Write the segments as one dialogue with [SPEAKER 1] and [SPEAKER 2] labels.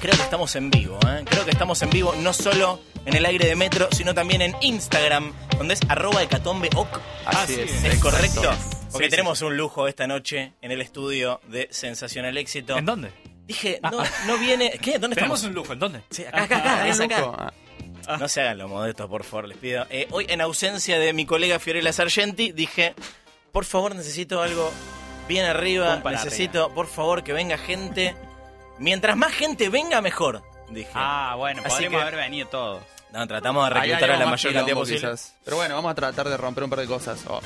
[SPEAKER 1] creo que estamos en vivo, ¿eh? creo que estamos en vivo no solo en el aire de Metro, sino también en Instagram, donde es arroba hecatombeoc. Ah,
[SPEAKER 2] Así es,
[SPEAKER 1] ¿Es
[SPEAKER 2] exacto.
[SPEAKER 1] correcto? Porque
[SPEAKER 2] Sí, sí.
[SPEAKER 1] tenemos un lujo esta noche en el estudio de Sensacional Éxito.
[SPEAKER 3] ¿En dónde? Ah,
[SPEAKER 1] Dije, no, no viene... ¿Qué? ¿Dónde
[SPEAKER 3] Tenemos
[SPEAKER 1] estamos?
[SPEAKER 3] un lujo, ¿en dónde?
[SPEAKER 1] Sí, acá, acá, acá, es acá.
[SPEAKER 2] Ah,
[SPEAKER 1] No se hagan los modestos, por favor, les pido. Eh, hoy, en ausencia de mi colega Fiorella Sargenti, dije, por favor, necesito algo bien arriba,
[SPEAKER 3] Pum para
[SPEAKER 1] necesito, por favor, que venga gente. Mientras más gente venga, mejor, dije.
[SPEAKER 4] Ah, bueno,
[SPEAKER 1] Así
[SPEAKER 4] podríamos
[SPEAKER 1] que-
[SPEAKER 4] haber venido todos.
[SPEAKER 1] No, tratamos de
[SPEAKER 2] ahí
[SPEAKER 1] reclutar a la
[SPEAKER 2] algo más
[SPEAKER 1] mayor
[SPEAKER 2] quilombo,
[SPEAKER 1] cantidad posible.
[SPEAKER 2] quizás. Pero bueno, vamos a tratar de romper un par de cosas. Oh,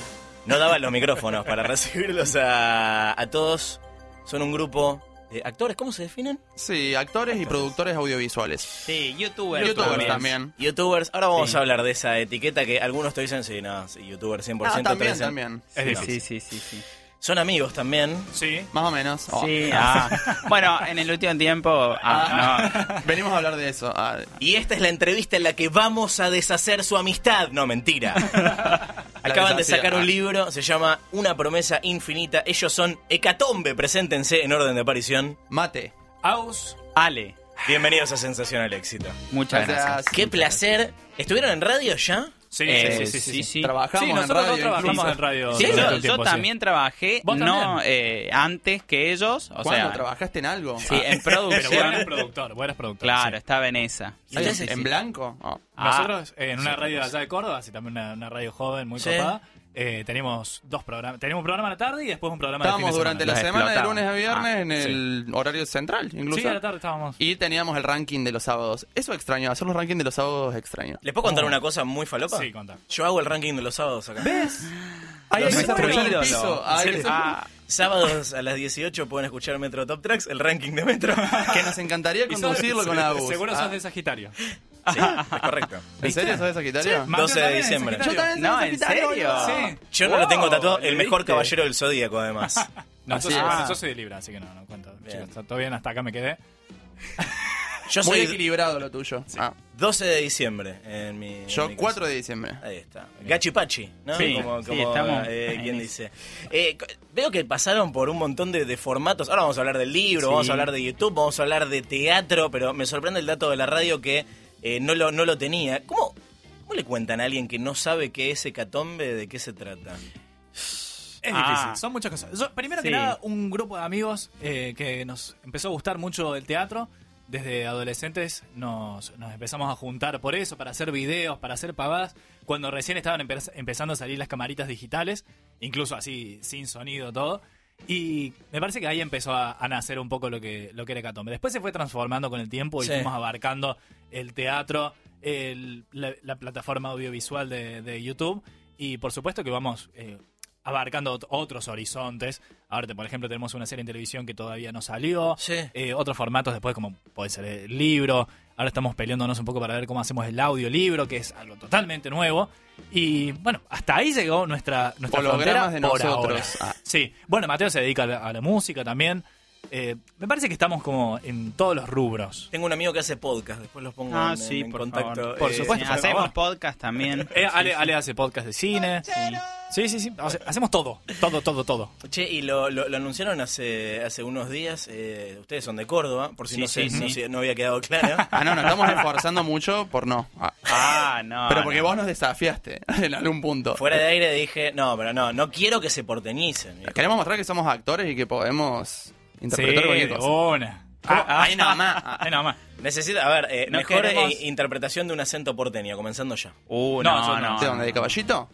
[SPEAKER 1] No daban los micrófonos para recibirlos a, a todos. Son un grupo de actores, ¿cómo se definen?
[SPEAKER 2] Sí, actores y productores audiovisuales.
[SPEAKER 4] Sí, youtubers.
[SPEAKER 2] Youtubers
[SPEAKER 4] también.
[SPEAKER 2] también.
[SPEAKER 1] Youtubers. Ahora vamos
[SPEAKER 4] Sí.
[SPEAKER 1] a hablar de esa etiqueta que algunos te dicen, sí, no, sí, youtuber 100%.
[SPEAKER 2] Ah,
[SPEAKER 1] otros
[SPEAKER 2] también,
[SPEAKER 1] dicen-
[SPEAKER 2] también.
[SPEAKER 3] Es
[SPEAKER 4] Sí,
[SPEAKER 3] difícil.
[SPEAKER 4] sí, sí, sí.
[SPEAKER 1] Son amigos también.
[SPEAKER 3] Sí.
[SPEAKER 2] Más o menos. Oh.
[SPEAKER 4] Sí, ah. bueno, en el último tiempo. Ah, no.
[SPEAKER 2] Venimos a hablar de eso. Ah,
[SPEAKER 1] Y esta es la entrevista en la que vamos a deshacer su amistad. No, mentira. Acaban de
[SPEAKER 2] deshacer,
[SPEAKER 1] sacar
[SPEAKER 2] ah.
[SPEAKER 1] un libro, se llama Una promesa infinita. Ellos son Hecatombe, preséntense en orden de aparición.
[SPEAKER 2] mate.
[SPEAKER 3] Aus.
[SPEAKER 4] Ale,
[SPEAKER 1] Bienvenidos a Sensacional Éxito.
[SPEAKER 4] muchas
[SPEAKER 2] Gracias.
[SPEAKER 4] gracias.
[SPEAKER 1] Qué placer. ¿Estuvieron en radio ya?
[SPEAKER 3] Sí,
[SPEAKER 4] Eh,
[SPEAKER 3] sí, sí, sí, sí.
[SPEAKER 4] sí.
[SPEAKER 2] Trabajamos
[SPEAKER 3] Sí,
[SPEAKER 2] en
[SPEAKER 3] nosotros
[SPEAKER 2] radio.
[SPEAKER 3] dos trabajamos
[SPEAKER 2] incluso.
[SPEAKER 3] en radio.
[SPEAKER 4] Sí,
[SPEAKER 3] durante
[SPEAKER 4] yo,
[SPEAKER 3] un
[SPEAKER 4] yo
[SPEAKER 3] tiempo, sí.
[SPEAKER 4] también trabajé,
[SPEAKER 3] ¿Vos
[SPEAKER 4] no
[SPEAKER 3] también?
[SPEAKER 4] eh, antes que ellos, o
[SPEAKER 2] ¿Cuándo
[SPEAKER 4] sea,
[SPEAKER 2] trabajaste en algo?
[SPEAKER 4] sí, en
[SPEAKER 3] Pero vos eras
[SPEAKER 4] producción.
[SPEAKER 3] productor, vos eras productor.
[SPEAKER 4] claro,
[SPEAKER 3] sí.
[SPEAKER 4] estaba en esa.
[SPEAKER 1] ¿Y ustedes
[SPEAKER 2] ¿En blanco? Oh.
[SPEAKER 3] Nosotros eh, en una radio allá de Córdoba, así también una, una radio joven, muy
[SPEAKER 1] Sí.
[SPEAKER 3] copada, eh, tenemos dos programas. Tenemos un programa a la tarde y después un programa
[SPEAKER 2] Estábamos
[SPEAKER 3] de fin de
[SPEAKER 2] durante la
[SPEAKER 3] semana.
[SPEAKER 4] Los
[SPEAKER 2] semana, de
[SPEAKER 4] explotaban.
[SPEAKER 2] lunes a viernes,
[SPEAKER 4] Ah,
[SPEAKER 2] en el horario central, incluso.
[SPEAKER 3] Sí, a la tarde estábamos.
[SPEAKER 2] Y teníamos el ranking de los sábados. Eso extraño, hacer los rankings de los sábados es extraño.
[SPEAKER 1] ¿Les puedo contar una cosa muy falopa?
[SPEAKER 3] Sí, contá.
[SPEAKER 1] Yo hago el ranking de los sábados acá.
[SPEAKER 2] Ahí
[SPEAKER 1] Los
[SPEAKER 2] empieza a
[SPEAKER 4] nuestro
[SPEAKER 2] escuchar el
[SPEAKER 4] ídolo.
[SPEAKER 2] piso. Ahí
[SPEAKER 1] Sí.
[SPEAKER 2] empieza-
[SPEAKER 4] Ah,
[SPEAKER 1] Sábados a las 18 pueden escuchar Metro Top Tracks, el ranking de Metro.
[SPEAKER 2] Que nos encantaría
[SPEAKER 3] Y sos-
[SPEAKER 2] conducirlo con la voz. Ah.
[SPEAKER 3] Seguro sos de Sagitario.
[SPEAKER 1] Sí, es correcto.
[SPEAKER 2] ¿En serio sos de Sagitario?
[SPEAKER 3] Mateo
[SPEAKER 1] 12 de
[SPEAKER 3] también es
[SPEAKER 1] diciembre.
[SPEAKER 3] Sagitario.
[SPEAKER 2] Yo también
[SPEAKER 4] No, en serio.
[SPEAKER 3] Sí.
[SPEAKER 1] Yo no lo tengo tatuado, el
[SPEAKER 3] ¿le
[SPEAKER 1] mejor
[SPEAKER 3] viste?
[SPEAKER 1] caballero del Zodíaco además.
[SPEAKER 3] No,
[SPEAKER 2] Así
[SPEAKER 3] yo, soy-
[SPEAKER 2] es.
[SPEAKER 3] Ah, yo soy de Libra, así que no, no cuento.
[SPEAKER 1] Bien.
[SPEAKER 3] Chicos, está todo bien, hasta acá me quedé.
[SPEAKER 1] Yo
[SPEAKER 2] Muy
[SPEAKER 1] soy
[SPEAKER 2] equilibrado lo tuyo. Ah,
[SPEAKER 1] 12 de diciembre en mi. en mi
[SPEAKER 2] yo
[SPEAKER 1] casa.
[SPEAKER 2] 4 de diciembre.
[SPEAKER 1] Ahí está. Gachipachi, ¿no?
[SPEAKER 4] Sí,
[SPEAKER 1] como
[SPEAKER 4] sí,
[SPEAKER 1] como,
[SPEAKER 4] estamos
[SPEAKER 1] eh,
[SPEAKER 4] en
[SPEAKER 1] quien
[SPEAKER 4] eso.
[SPEAKER 1] dice. Eh, co- veo que pasaron por un montón de, de formatos. Ahora vamos a hablar del libro,
[SPEAKER 4] Sí.
[SPEAKER 1] vamos a hablar de YouTube, vamos a hablar de teatro, pero me sorprende el dato de la radio que eh, no, lo, no lo tenía. ¿Cómo, ¿Cómo le cuentan a alguien que no sabe qué es hecatombe, de qué se trata?
[SPEAKER 3] Es
[SPEAKER 4] Ah.
[SPEAKER 3] difícil, son muchas cosas. Yo, primero que
[SPEAKER 4] Sí.
[SPEAKER 3] nada, un grupo de amigos eh, que nos empezó a gustar mucho el teatro. Desde adolescentes nos, nos empezamos a juntar por eso, para hacer videos, para hacer pavadas. Cuando recién estaban empe- empezando a salir las camaritas digitales, incluso así, sin sonido, todo. Y me parece que ahí empezó a, a nacer un poco lo que, lo que era Catombe. Después se fue transformando con el tiempo y
[SPEAKER 1] Sí.
[SPEAKER 3] fuimos abarcando el teatro, el- la, la plataforma audiovisual de, de YouTube. Y por supuesto que vamos eh, abarcando ot- otros horizontes. Ahora, te- por ejemplo, tenemos una serie en televisión que todavía no salió.
[SPEAKER 1] Sí.
[SPEAKER 3] Eh, otros formatos después, como puede ser el libro. Ahora estamos peleándonos un poco para ver cómo hacemos el audiolibro, que es algo totalmente nuevo. Y bueno, hasta ahí llegó nuestra, nuestra frontera
[SPEAKER 2] Hologramas de
[SPEAKER 3] por ahora.
[SPEAKER 2] nosotros. Ah,
[SPEAKER 3] Sí, bueno, Mateo se dedica a la, a la música también. Eh, me parece que estamos como en todos los rubros.
[SPEAKER 1] Tengo un amigo que hace podcast, después los pongo
[SPEAKER 4] Ah,
[SPEAKER 1] en,
[SPEAKER 4] sí,
[SPEAKER 1] en
[SPEAKER 4] por
[SPEAKER 1] contacto.
[SPEAKER 4] favor.
[SPEAKER 3] Por
[SPEAKER 1] Eh,
[SPEAKER 3] supuesto,
[SPEAKER 4] Sí,
[SPEAKER 3] por
[SPEAKER 4] hacemos
[SPEAKER 3] favor.
[SPEAKER 4] podcast también.
[SPEAKER 3] Eh, Ale, Ale hace podcast de cine. Sí, sí, sí. o sea, hacemos todo, todo, todo, todo.
[SPEAKER 1] Che, y lo, lo- lo anunciaron hace, hace unos días. eh, ustedes son de Córdoba, por si
[SPEAKER 4] Sí,
[SPEAKER 1] no, sé,
[SPEAKER 4] sí,
[SPEAKER 1] no,
[SPEAKER 4] sí.
[SPEAKER 1] sé- no había quedado claro.
[SPEAKER 2] Ah, no, nos estamos esforzando mucho por no. Ah,
[SPEAKER 4] Ah, no.
[SPEAKER 2] Pero porque
[SPEAKER 4] no.
[SPEAKER 2] vos nos desafiaste en algún punto.
[SPEAKER 1] Fuera de aire dije, no, pero no, no quiero que se porteñicen. viejo.
[SPEAKER 2] Queremos mostrar que somos actores y que podemos interpretar
[SPEAKER 3] sí,
[SPEAKER 2] cualquier
[SPEAKER 3] de
[SPEAKER 2] cosa.
[SPEAKER 3] una.
[SPEAKER 2] Ah, ahí nada más. Ah,
[SPEAKER 3] Ay, nada más.
[SPEAKER 1] Necesito, a ver, eh,
[SPEAKER 4] No
[SPEAKER 1] mejor
[SPEAKER 4] queremos-
[SPEAKER 1] eh, interpretación de un acento porteño, comenzando ya.
[SPEAKER 4] Uh,
[SPEAKER 3] No,
[SPEAKER 4] no,
[SPEAKER 3] yo
[SPEAKER 4] no.
[SPEAKER 3] no.
[SPEAKER 2] ¿De dónde? ¿De caballito?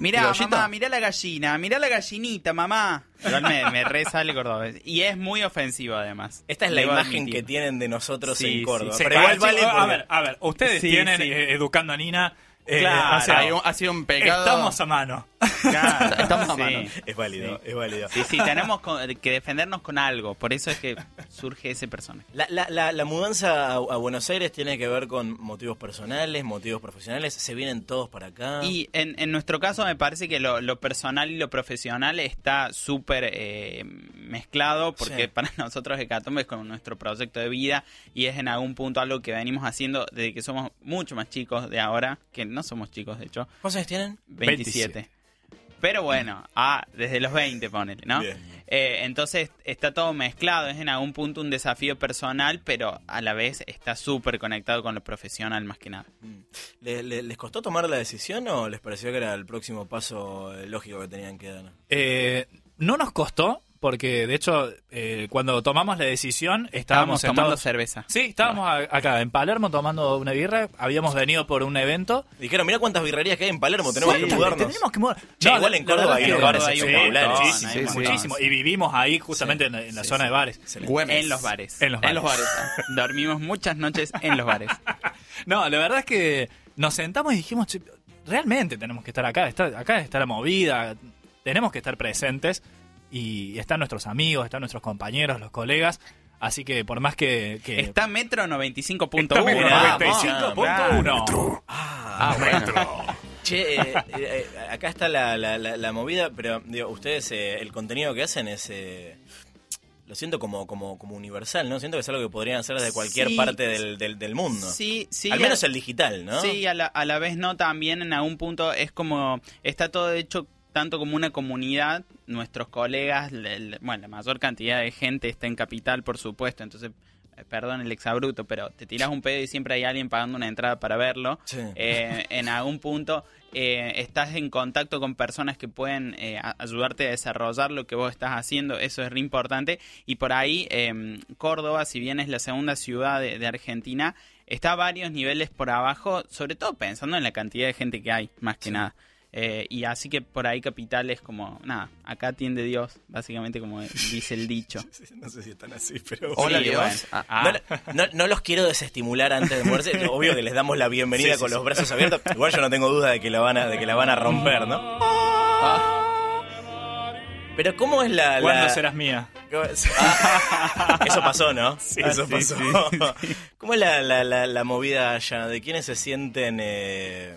[SPEAKER 4] Mirá,
[SPEAKER 2] ¿Criollito?
[SPEAKER 4] mamá, mirá la gallina, mirá la gallinita, mamá. Igual me, me re sale cordobés. Y es muy ofensivo, además.
[SPEAKER 1] Esta es la
[SPEAKER 4] Debo
[SPEAKER 1] imagen
[SPEAKER 4] admitir.
[SPEAKER 1] que tienen de nosotros
[SPEAKER 4] Sí,
[SPEAKER 1] en Córdoba.
[SPEAKER 4] sí, sí.
[SPEAKER 1] Pero igual
[SPEAKER 3] Ah,
[SPEAKER 1] vale.
[SPEAKER 3] chicos, A
[SPEAKER 1] porque-
[SPEAKER 3] ver, a ver, ustedes
[SPEAKER 4] Sí,
[SPEAKER 3] tienen
[SPEAKER 4] sí.
[SPEAKER 3] eh, educando a Nina. eh,
[SPEAKER 4] Claro.
[SPEAKER 3] o sea,
[SPEAKER 2] Hay un- ha sido un pecado.
[SPEAKER 3] estamos a mano.
[SPEAKER 4] Claro,
[SPEAKER 2] Estamos a
[SPEAKER 4] sí.
[SPEAKER 2] mano.
[SPEAKER 1] Es válido, es válido.
[SPEAKER 4] Sí, sí, tenemos co- que defendernos con algo. Por eso es que surge ese personaje.
[SPEAKER 1] La, la- la- la mudanza a, a Buenos Aires tiene que ver con motivos personales, motivos profesionales. Se vienen todos para acá.
[SPEAKER 4] Y en, en nuestro caso me parece que lo, lo personal y lo profesional está súper eh, mezclado porque
[SPEAKER 1] Sí.
[SPEAKER 4] para nosotros Hecatombe es como nuestro proyecto de vida y es en algún punto algo que venimos haciendo desde que somos mucho más chicos de ahora, que no somos chicos de hecho,
[SPEAKER 1] ¿Cuántos años tienen?
[SPEAKER 4] 27.
[SPEAKER 3] 27.
[SPEAKER 4] Pero bueno, ah, desde los 20, ponele, ¿no?
[SPEAKER 1] Bien.
[SPEAKER 4] Eh, entonces está todo mezclado, es en algún punto un desafío personal, pero a la vez está súper conectado con lo profesional más que nada.
[SPEAKER 1] Mm. ¿Le- le- ¿Les costó tomar la decisión o les pareció que era el próximo paso eh, lógico que tenían que dar?
[SPEAKER 3] Eh, no nos costó, porque de hecho, eh, cuando tomamos la decisión,
[SPEAKER 4] Estábamos
[SPEAKER 3] estábamos,
[SPEAKER 4] tomando
[SPEAKER 3] sentados-
[SPEAKER 4] cerveza.
[SPEAKER 3] Sí, estábamos a- acá en Palermo tomando una birra. Habíamos venido por un evento.
[SPEAKER 1] Dijeron, mira cuántas birrerías que hay en Palermo, tenemos
[SPEAKER 3] Sí,
[SPEAKER 1] que mudarnos.
[SPEAKER 3] Tenemos que mudar.
[SPEAKER 1] Che,
[SPEAKER 3] No,
[SPEAKER 1] igual
[SPEAKER 3] la-
[SPEAKER 1] en
[SPEAKER 3] la
[SPEAKER 1] Córdoba
[SPEAKER 3] verdad
[SPEAKER 1] hay
[SPEAKER 3] que-
[SPEAKER 1] unos bares
[SPEAKER 4] hay un
[SPEAKER 1] espectaculares.
[SPEAKER 4] montón,
[SPEAKER 1] Sí, sí,
[SPEAKER 4] hay un
[SPEAKER 1] sí.
[SPEAKER 4] montón.
[SPEAKER 3] Muchísimo. Y vivimos ahí justamente en, en la zona de bares.
[SPEAKER 2] Güemes.
[SPEAKER 4] En los bares.
[SPEAKER 3] En los bares.
[SPEAKER 4] Dormimos muchas noches en los bares.
[SPEAKER 3] No, la verdad es que nos sentamos y dijimos, "Che, realmente tenemos que estar acá, está, acá está la movida, tenemos que estar presentes y están nuestros amigos, están nuestros compañeros, los colegas, así que por más que... que
[SPEAKER 4] Está Metro 95.1.
[SPEAKER 3] Estamos en el
[SPEAKER 1] Vamos,
[SPEAKER 3] 95.1.
[SPEAKER 4] Ah, bueno.
[SPEAKER 1] Che, eh, eh, eh, acá está la, la- la- la movida, pero digo, ustedes eh, el contenido que hacen es... eh, lo siento como, como, como universal, ¿no? Siento que es algo que podrían hacer desde cualquier
[SPEAKER 4] Sí.
[SPEAKER 1] parte del, del- del mundo.
[SPEAKER 4] Sí, sí.
[SPEAKER 1] Al menos
[SPEAKER 4] a-
[SPEAKER 1] el digital, ¿no?
[SPEAKER 4] Sí, a la, a la vez no, también en algún punto es como, está todo hecho tanto como una comunidad, nuestros colegas, le- le- bueno, la mayor cantidad de gente está en Capital, por supuesto, entonces, eh, perdón el exabruto, pero te tiras un pedo y siempre hay alguien pagando una entrada para verlo.
[SPEAKER 1] Sí.
[SPEAKER 4] Eh, en algún punto eh, estás en contacto con personas que pueden eh, a- ayudarte a desarrollar lo que vos estás haciendo, eso es re importante. Y por ahí, eh, Córdoba, si bien es la segunda ciudad de, de Argentina, está a varios niveles por abajo, sobre todo pensando en la cantidad de gente que hay, más que nada. Eh, y así que por ahí Capital es como, nada, acá atiende Dios, básicamente como dice el dicho.
[SPEAKER 1] No sé si están así, pero...
[SPEAKER 2] Hola,
[SPEAKER 4] Sí,
[SPEAKER 2] Dios.
[SPEAKER 4] bueno.
[SPEAKER 2] Ah,
[SPEAKER 4] Ah,
[SPEAKER 1] No, no- no los quiero desestimular antes de moverse. Obvio que les damos la bienvenida con los brazos abiertos. Igual yo no tengo duda de que la van a, de que la van a romper, ¿no? Pero ¿cómo es la... la-
[SPEAKER 3] ¿Cuándo serás mía?
[SPEAKER 1] ¿Cómo es? Eso pasó, ¿no? Ah, Eso pasó. ¿Cómo es la, la- la- la movida allá? ¿De quiénes se sienten eh,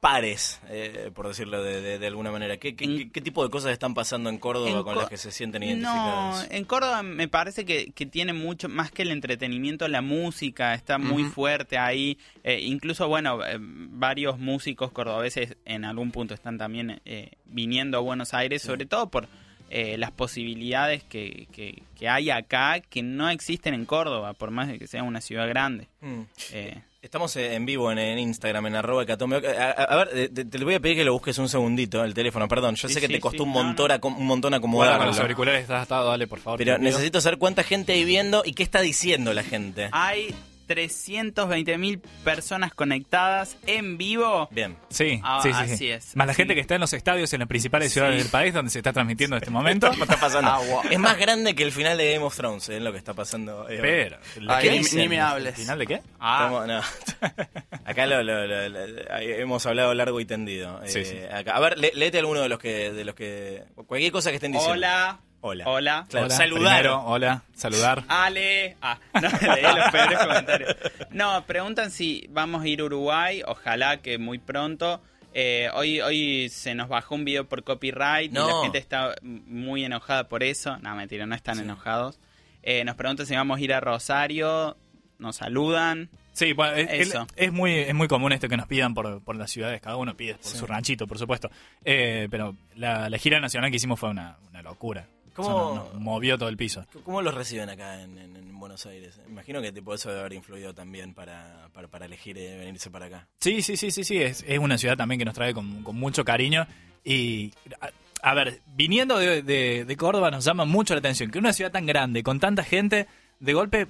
[SPEAKER 1] pares, eh, por decirlo de, de- de alguna manera? ¿Qué, qué-
[SPEAKER 4] En-
[SPEAKER 1] qué- qué tipo de cosas están pasando en Córdoba
[SPEAKER 4] Mm. En
[SPEAKER 1] con
[SPEAKER 4] Co-
[SPEAKER 1] las que se sienten
[SPEAKER 4] No, eh,
[SPEAKER 1] identificados?
[SPEAKER 4] en Córdoba me parece que, que tiene mucho más que el entretenimiento, la música está muy fuerte ahí. Eh, incluso, bueno, eh, varios músicos cordobeses en algún punto están también eh, viniendo a Buenos Aires, sobre todo por eh, las posibilidades que, que- que hay acá que no existen en Córdoba, por más de que sea una ciudad grande.
[SPEAKER 1] Mm.
[SPEAKER 4] Eh,
[SPEAKER 1] Estamos eh, en vivo en, en Instagram, en arroba hecatombe. A, a- a ver, eh, te, te voy a pedir que lo busques un segundito, el teléfono, perdón. Yo
[SPEAKER 4] Sí,
[SPEAKER 1] sé que
[SPEAKER 4] sí,
[SPEAKER 1] te costó
[SPEAKER 4] sí,
[SPEAKER 1] un,
[SPEAKER 4] no,
[SPEAKER 1] montón
[SPEAKER 4] no.
[SPEAKER 1] acom- un montón
[SPEAKER 3] Guarda con los
[SPEAKER 1] acomodarlo.
[SPEAKER 3] auriculares, estás atado, dale, por favor.
[SPEAKER 1] Pero
[SPEAKER 3] te pido.
[SPEAKER 1] necesito saber cuánta gente hay viendo y qué está diciendo la gente.
[SPEAKER 3] Ah.
[SPEAKER 4] hay 320 mil personas conectadas en vivo.
[SPEAKER 1] Bien.
[SPEAKER 3] Sí,
[SPEAKER 4] Ah,
[SPEAKER 3] sí, sí, sí.
[SPEAKER 4] así es,
[SPEAKER 3] Más la
[SPEAKER 4] así.
[SPEAKER 3] gente que está en los estadios en las principales ciudades
[SPEAKER 4] Sí.
[SPEAKER 3] del país donde se está transmitiendo en este momento.
[SPEAKER 1] ¿Cómo está pasando?
[SPEAKER 2] Ah, wow.
[SPEAKER 1] Es más grande que el final de Game of Thrones, es lo que está pasando. eh, hoy.
[SPEAKER 3] Pero, ah. ¿la
[SPEAKER 2] Ay,
[SPEAKER 3] qué?
[SPEAKER 2] ni,
[SPEAKER 1] dicen?
[SPEAKER 2] ni me
[SPEAKER 3] ¿El
[SPEAKER 2] hables.
[SPEAKER 3] final de qué?
[SPEAKER 4] Ah,
[SPEAKER 1] Estamos- no. Acá lo, lo- lo- lo- ahí hemos hablado largo y tendido.
[SPEAKER 3] Sí,
[SPEAKER 1] Eh,
[SPEAKER 3] sí.
[SPEAKER 1] acá. A ver, le- léete alguno de los que, de los que. Cualquier cosa que estén diciendo.
[SPEAKER 4] Hola.
[SPEAKER 1] Hola.
[SPEAKER 4] Hola.
[SPEAKER 1] Claro,
[SPEAKER 3] Hola,
[SPEAKER 1] saludar.
[SPEAKER 3] primero, hola, saludar.
[SPEAKER 4] Ale. Ah, no, leí los peores comentarios. No, preguntan si vamos a ir a Uruguay. Ojalá que muy pronto. Eh, hoy, hoy se nos bajó un video por copyright y
[SPEAKER 1] No.
[SPEAKER 4] la gente está muy enojada por eso. No, mentira, no están enojados. Eh, nos preguntan si vamos a ir a Rosario. Nos saludan.
[SPEAKER 3] Sí, bueno, es, es-
[SPEAKER 4] Eso.
[SPEAKER 3] es muy, es muy común esto que nos pidan por, por las ciudades, cada uno pide por
[SPEAKER 1] Sí.
[SPEAKER 3] su ranchito, por supuesto. Eh, pero la, la gira nacional que hicimos fue una, una locura.
[SPEAKER 1] ¿Cómo-
[SPEAKER 3] Eso nos- nos movió todo el piso.
[SPEAKER 1] ¿Cómo los reciben acá en, en- en Buenos Aires? Imagino que tipo eso debe haber influido también para, para, para elegir eh, venirse para acá.
[SPEAKER 3] Sí, sí, sí, sí, sí, es, es una ciudad también que nos trae con, con mucho cariño. Y, a, a ver, viniendo de, de- de Córdoba nos llama mucho la atención que una ciudad tan grande, con tanta gente, de golpe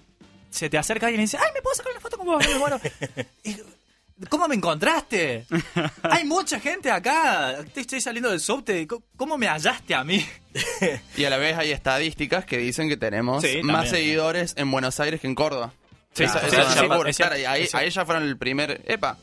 [SPEAKER 3] se te acerca alguien y dice, ay, ¿me puedo sacar una foto con vos? amigo?" Bueno, y- ¿Cómo me encontraste? Hay mucha gente acá. Te estoy saliendo del subte. ¿Cómo- ¿Cómo me hallaste a mí?
[SPEAKER 2] Y a la vez hay estadísticas que dicen que tenemos
[SPEAKER 3] Sí,
[SPEAKER 2] más
[SPEAKER 3] también.
[SPEAKER 2] seguidores en Buenos Aires que en Córdoba.
[SPEAKER 3] Sí,
[SPEAKER 2] Eso-
[SPEAKER 3] sí,
[SPEAKER 2] eso
[SPEAKER 3] sí,
[SPEAKER 2] es
[SPEAKER 3] sí,
[SPEAKER 2] seguro.
[SPEAKER 3] es cierto,
[SPEAKER 2] Claro, y ahí,
[SPEAKER 3] es cierto.
[SPEAKER 2] ahí ya fueron el primer. Epa.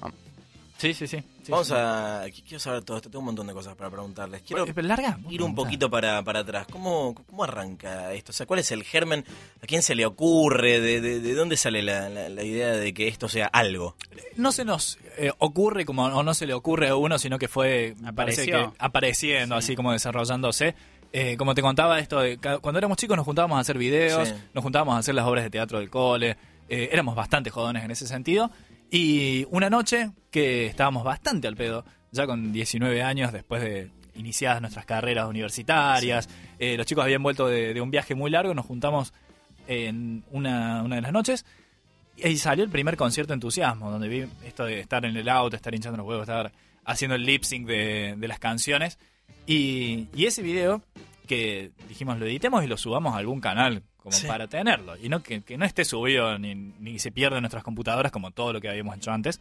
[SPEAKER 3] Sí, sí, sí. Sí,
[SPEAKER 1] Vamos
[SPEAKER 3] sí.
[SPEAKER 1] a. qu- Quiero saber todo esto, tengo un montón de cosas para preguntarles. Quiero
[SPEAKER 3] Eh, pero larga.
[SPEAKER 1] ir un poquito para, para atrás. ¿Cómo, ¿Cómo arranca esto? O sea, ¿cuál es el germen? ¿A quién se le ocurre? ¿De, de- de dónde sale la, la- la idea de que esto sea algo?
[SPEAKER 3] No se nos eh, ocurre como o no se le ocurre a uno, sino que fue me parece
[SPEAKER 4] Apareció.
[SPEAKER 3] que apareciendo, así como desarrollándose. Eh, como te contaba esto, de ca- cuando éramos chicos nos juntábamos a hacer videos,
[SPEAKER 1] Sí.
[SPEAKER 3] nos juntábamos a hacer las obras de teatro del cole, eh, éramos bastante jodones en ese sentido. Y una noche que estábamos bastante al pedo, ya con 19 años, después de iniciadas nuestras carreras universitarias. Eh, los chicos habían vuelto de, de un viaje muy largo, nos juntamos en una, una de las noches. Y salió el primer concierto de entusiasmo, donde vi esto de estar en el auto, estar hinchando los huevos, estar haciendo el lip sync de, de las canciones. Y, y ese video que dijimos lo editemos y lo subamos a algún canal como
[SPEAKER 1] Sí.
[SPEAKER 3] para tenerlo. Y no que, que no esté subido ni, ni se pierda en nuestras computadoras como todo lo que habíamos hecho antes.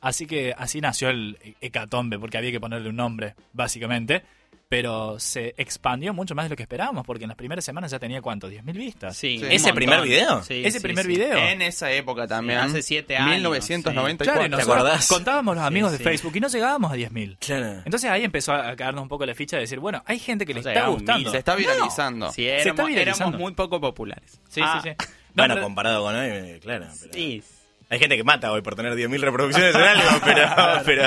[SPEAKER 3] Así que así nació el he- hecatombe, porque había que ponerle un nombre, básicamente. Pero se expandió mucho más de lo que esperábamos, porque en las primeras semanas ya tenía cuánto, 10.000 vistas.
[SPEAKER 4] Sí,
[SPEAKER 2] Sí.
[SPEAKER 4] un
[SPEAKER 2] ¿Ese
[SPEAKER 4] montón.
[SPEAKER 1] primer video?
[SPEAKER 4] Sí,
[SPEAKER 3] Ese
[SPEAKER 4] sí,
[SPEAKER 3] primer
[SPEAKER 4] sí.
[SPEAKER 3] video.
[SPEAKER 2] En esa época también.
[SPEAKER 4] hace siete años,
[SPEAKER 2] 1994.
[SPEAKER 3] Claro, y
[SPEAKER 1] ¿te
[SPEAKER 3] nosotros
[SPEAKER 1] acordás?
[SPEAKER 3] contábamos los
[SPEAKER 4] Sí,
[SPEAKER 3] amigos
[SPEAKER 4] sí.
[SPEAKER 3] de Facebook y no llegábamos a 10.000.
[SPEAKER 1] Claro.
[SPEAKER 3] Entonces ahí empezó a caernos un poco la ficha de decir, bueno, hay gente que le
[SPEAKER 4] No
[SPEAKER 3] está
[SPEAKER 4] llegamos,
[SPEAKER 3] gustando.
[SPEAKER 4] mil.
[SPEAKER 2] Se está viralizando.
[SPEAKER 4] Sí,
[SPEAKER 3] Se está
[SPEAKER 4] éramos,
[SPEAKER 3] viralizando.
[SPEAKER 4] éramos muy poco populares.
[SPEAKER 3] Sí,
[SPEAKER 4] Ah,
[SPEAKER 3] sí, sí. No,
[SPEAKER 1] bueno,
[SPEAKER 3] pero-
[SPEAKER 1] comparado con hoy, eh, claro. pero-
[SPEAKER 4] sí.
[SPEAKER 1] Hay gente que mata hoy por tener 10.000 reproducciones en algo, pero,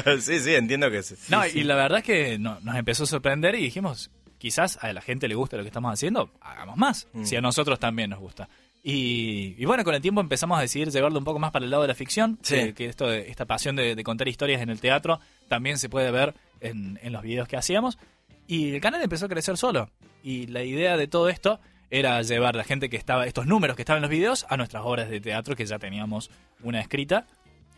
[SPEAKER 1] pero sí, sí, entiendo que sí.
[SPEAKER 3] no, y la verdad es que no- nos empezó a sorprender y dijimos, quizás a la gente le gusta lo que estamos haciendo, hagamos más,
[SPEAKER 1] Mm.
[SPEAKER 3] si a nosotros también nos gusta. Y, y bueno, con el tiempo empezamos a decidir llevarlo un poco más para el lado de la ficción,
[SPEAKER 1] Sí.
[SPEAKER 3] que, que esto de- esta pasión de, de contar historias en el teatro también se puede ver en, en los videos que hacíamos. Y el canal empezó a crecer solo. Y la idea de todo esto era llevar la gente que estaba, estos números que estaban en los videos, a nuestras obras de teatro que ya teníamos una escrita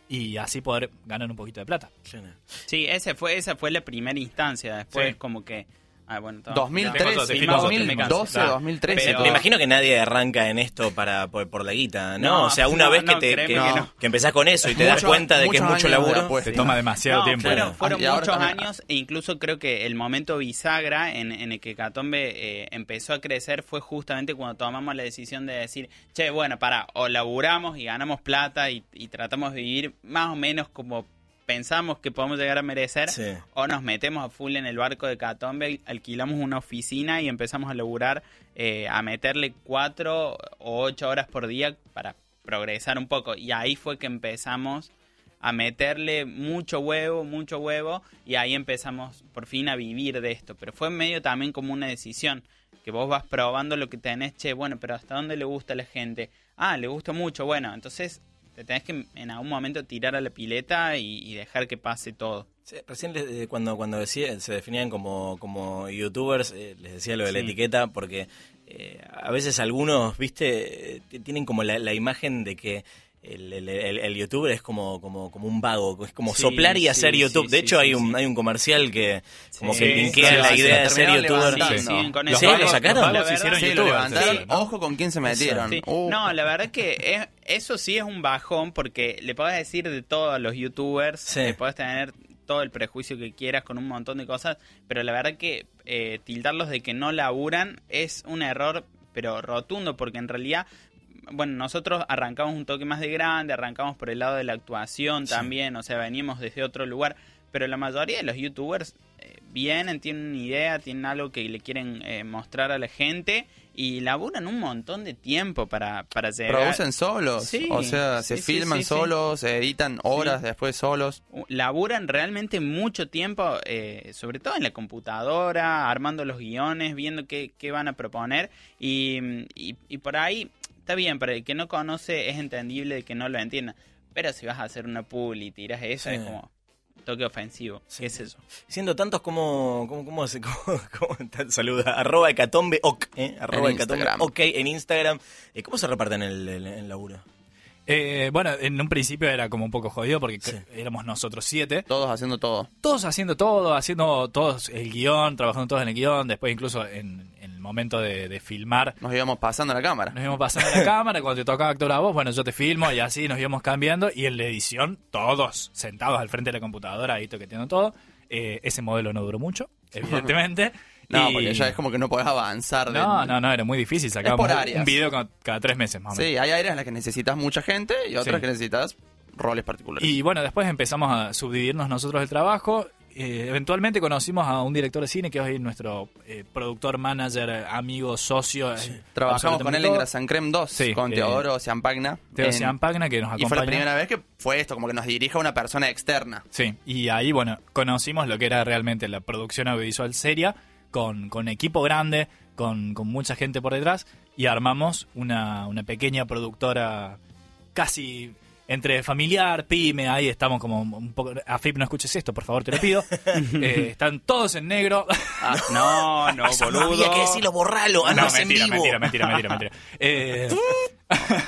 [SPEAKER 3] y así poder ganar un poquito de plata.
[SPEAKER 1] Claro.
[SPEAKER 4] Sí, ese fue, esa fue la primera instancia. Después,
[SPEAKER 3] Sí.
[SPEAKER 4] como que. Ah, bueno,
[SPEAKER 3] Tengo
[SPEAKER 4] todo-
[SPEAKER 3] todo, te
[SPEAKER 2] 2013,
[SPEAKER 3] firmo todo, te me
[SPEAKER 2] 2012,
[SPEAKER 3] canso.
[SPEAKER 2] 2013.
[SPEAKER 4] Pero-
[SPEAKER 1] Me imagino que nadie arranca en esto para por, por la guita, ¿no?
[SPEAKER 4] No,
[SPEAKER 1] o sea, una
[SPEAKER 4] no,
[SPEAKER 1] vez que,
[SPEAKER 4] no,
[SPEAKER 1] te,
[SPEAKER 4] créeme
[SPEAKER 1] que,
[SPEAKER 2] que no.
[SPEAKER 1] que empezás con eso y te das
[SPEAKER 2] Mucho-
[SPEAKER 1] cuenta de que es
[SPEAKER 2] muchos
[SPEAKER 1] mucho
[SPEAKER 2] años de
[SPEAKER 1] labor.
[SPEAKER 2] apuesta.
[SPEAKER 3] Te toma demasiado
[SPEAKER 4] No,
[SPEAKER 3] tiempo.
[SPEAKER 4] Fueron, fueron
[SPEAKER 2] Y ahora
[SPEAKER 4] muchos
[SPEAKER 2] también-
[SPEAKER 4] años e incluso creo que el momento bisagra en, en el que Catombe eh, empezó a crecer fue justamente cuando tomamos la decisión de decir, che, bueno, para, o laburamos y ganamos plata y, y tratamos de vivir más o menos como pensamos que podemos llegar a merecer.
[SPEAKER 1] Sí.
[SPEAKER 4] O nos metemos a full en el barco de Catombe, al- alquilamos una oficina y empezamos a laburar, eh, a meterle cuatro o ocho horas por día para progresar un poco. Y ahí fue que empezamos a meterle mucho huevo, mucho huevo, y ahí empezamos por fin a vivir de esto. Pero fue medio también como una decisión, que vos vas probando lo que tenés, che, bueno, pero ¿hasta dónde le gusta a la gente? Ah, le gusta mucho, bueno, entonces te tenés que en algún momento tirar a la pileta y, y dejar que pase todo.
[SPEAKER 1] Sí, recién les- eh, cuando, cuando decía, se definían como, como youtubers, eh, les decía lo de la
[SPEAKER 4] Sí.
[SPEAKER 1] etiqueta, porque eh, a veces algunos, viste, eh, t- tienen como la, la imagen de que el, el- el- el youtuber es como, como, como un vago, es como
[SPEAKER 4] Sí,
[SPEAKER 1] soplar y
[SPEAKER 4] sí,
[SPEAKER 1] hacer
[SPEAKER 4] sí,
[SPEAKER 1] YouTube. de
[SPEAKER 4] sí,
[SPEAKER 1] hecho,
[SPEAKER 4] sí,
[SPEAKER 1] hay, un,
[SPEAKER 4] sí.
[SPEAKER 1] hay un comercial que como
[SPEAKER 4] Sí,
[SPEAKER 1] que
[SPEAKER 4] sí,
[SPEAKER 1] linkea
[SPEAKER 3] sí,
[SPEAKER 1] la
[SPEAKER 3] sí,
[SPEAKER 1] idea
[SPEAKER 2] sí,
[SPEAKER 1] de ser
[SPEAKER 2] terminaron
[SPEAKER 1] youtuber.
[SPEAKER 2] levantando.
[SPEAKER 1] Sí, sí.
[SPEAKER 4] siguen con
[SPEAKER 1] ¿Los
[SPEAKER 4] eso.
[SPEAKER 1] vagos- sacaron?
[SPEAKER 4] La
[SPEAKER 3] los vagos se
[SPEAKER 4] verdad-
[SPEAKER 3] hicieron
[SPEAKER 2] Sí, lo
[SPEAKER 3] youtubers,
[SPEAKER 2] levantaron.
[SPEAKER 3] sí.
[SPEAKER 2] Ojo con quién se metieron.
[SPEAKER 4] Sí.
[SPEAKER 2] Uh,
[SPEAKER 4] No, la verdad que es- eso sí es un bajón porque le podés decir de todo a los youtubers,
[SPEAKER 1] Sí.
[SPEAKER 4] le podés tener todo el prejuicio que quieras con un montón de cosas, pero la verdad que eh, tildarlos de que no laburan es un error, pero rotundo, porque en realidad, bueno, nosotros arrancamos un toque más de grande, arrancamos por el lado de la actuación
[SPEAKER 1] Sí.
[SPEAKER 4] también, o sea, veníamos desde otro lugar, pero la mayoría de los youtubers eh, vienen, tienen una idea, tienen algo que le quieren eh, mostrar a la gente y laburan un montón de tiempo para, para llegar.
[SPEAKER 2] producen solos.
[SPEAKER 4] Sí,
[SPEAKER 2] o sea, se
[SPEAKER 4] sí, sí,
[SPEAKER 2] filman
[SPEAKER 4] sí, sí.
[SPEAKER 2] solos, editan horas
[SPEAKER 4] Sí.
[SPEAKER 2] después solos.
[SPEAKER 4] Laburan realmente mucho tiempo, eh, sobre todo en la computadora, armando los guiones, viendo qué, qué van a proponer y, y- y por ahí está bien, para el que no conoce es entendible que no lo entienda, pero si vas a hacer una pool y tiras eso
[SPEAKER 1] Sí.
[SPEAKER 4] es como toque ofensivo,
[SPEAKER 1] Sí.
[SPEAKER 4] ¿qué es eso?
[SPEAKER 1] Siendo tantos como, como, como, se- como, como tan- saluda, arroba hecatombe ok, eh, arroba
[SPEAKER 2] En
[SPEAKER 1] hecatombe
[SPEAKER 2] Instagram.
[SPEAKER 1] ok en Instagram. Eh, ¿Cómo se reparten el, el, el laburo?
[SPEAKER 3] Eh, bueno, en un principio era como un poco jodido porque
[SPEAKER 1] Sí.
[SPEAKER 3] éramos nosotros siete.
[SPEAKER 2] Todos haciendo todo.
[SPEAKER 3] Todos haciendo todo, haciendo todos el guión, trabajando todos en el guión. Después incluso en, en el momento de, de filmar
[SPEAKER 2] Nos íbamos pasando la cámara.
[SPEAKER 3] nos íbamos pasando la cámara. Cuando te tocaba actuar a vos, bueno, yo te filmo y así nos íbamos cambiando. Y en la edición, todos sentados al frente de la computadora, ahí toqueteando todo. Eh, ese modelo no duró mucho, evidentemente.
[SPEAKER 2] No,
[SPEAKER 3] Y-
[SPEAKER 2] porque ya es como que no podés avanzar. de-
[SPEAKER 3] No, no, no, era muy difícil. Sacábamos
[SPEAKER 2] por
[SPEAKER 3] un-
[SPEAKER 2] áreas.
[SPEAKER 3] un video cada, cada tres meses más o menos.
[SPEAKER 2] Sí, hay áreas en las que necesitas mucha gente y otras
[SPEAKER 3] Sí.
[SPEAKER 2] que necesitas roles particulares.
[SPEAKER 3] Y bueno, después empezamos a subdividirnos nosotros el trabajo. Eh, eventualmente conocimos a un director de cine que es hoy nuestro eh, productor, manager, eh, amigo, socio. eh,
[SPEAKER 2] Trabajamos con él en
[SPEAKER 3] absolutamente todo.
[SPEAKER 2] Grasan Creme 2,
[SPEAKER 3] Sí,
[SPEAKER 2] con
[SPEAKER 3] eh,
[SPEAKER 2] Teodoro Ciampagna.
[SPEAKER 3] Teo
[SPEAKER 2] en-
[SPEAKER 3] Ciampagna, que nos
[SPEAKER 2] Y fue la
[SPEAKER 3] acompaña.
[SPEAKER 2] primera vez que fue esto, como que nos dirija una persona externa.
[SPEAKER 3] Sí, y ahí, bueno, conocimos lo que era realmente la producción audiovisual seria, con, con equipo grande, con, con mucha gente por detrás, y armamos una, una pequeña productora casi entre familiar, pyme, ahí estamos como un poco... AFIP, no escuches esto, por favor, te lo pido. Eh, están todos en negro.
[SPEAKER 4] Ah, no, no,
[SPEAKER 1] Eso no
[SPEAKER 4] boludo.
[SPEAKER 1] había que decirlo, borralo,
[SPEAKER 3] Oh, no,
[SPEAKER 1] andamos
[SPEAKER 3] mentira,
[SPEAKER 1] en vivo.
[SPEAKER 3] mentira, mentira, mentira, mentira. Eh,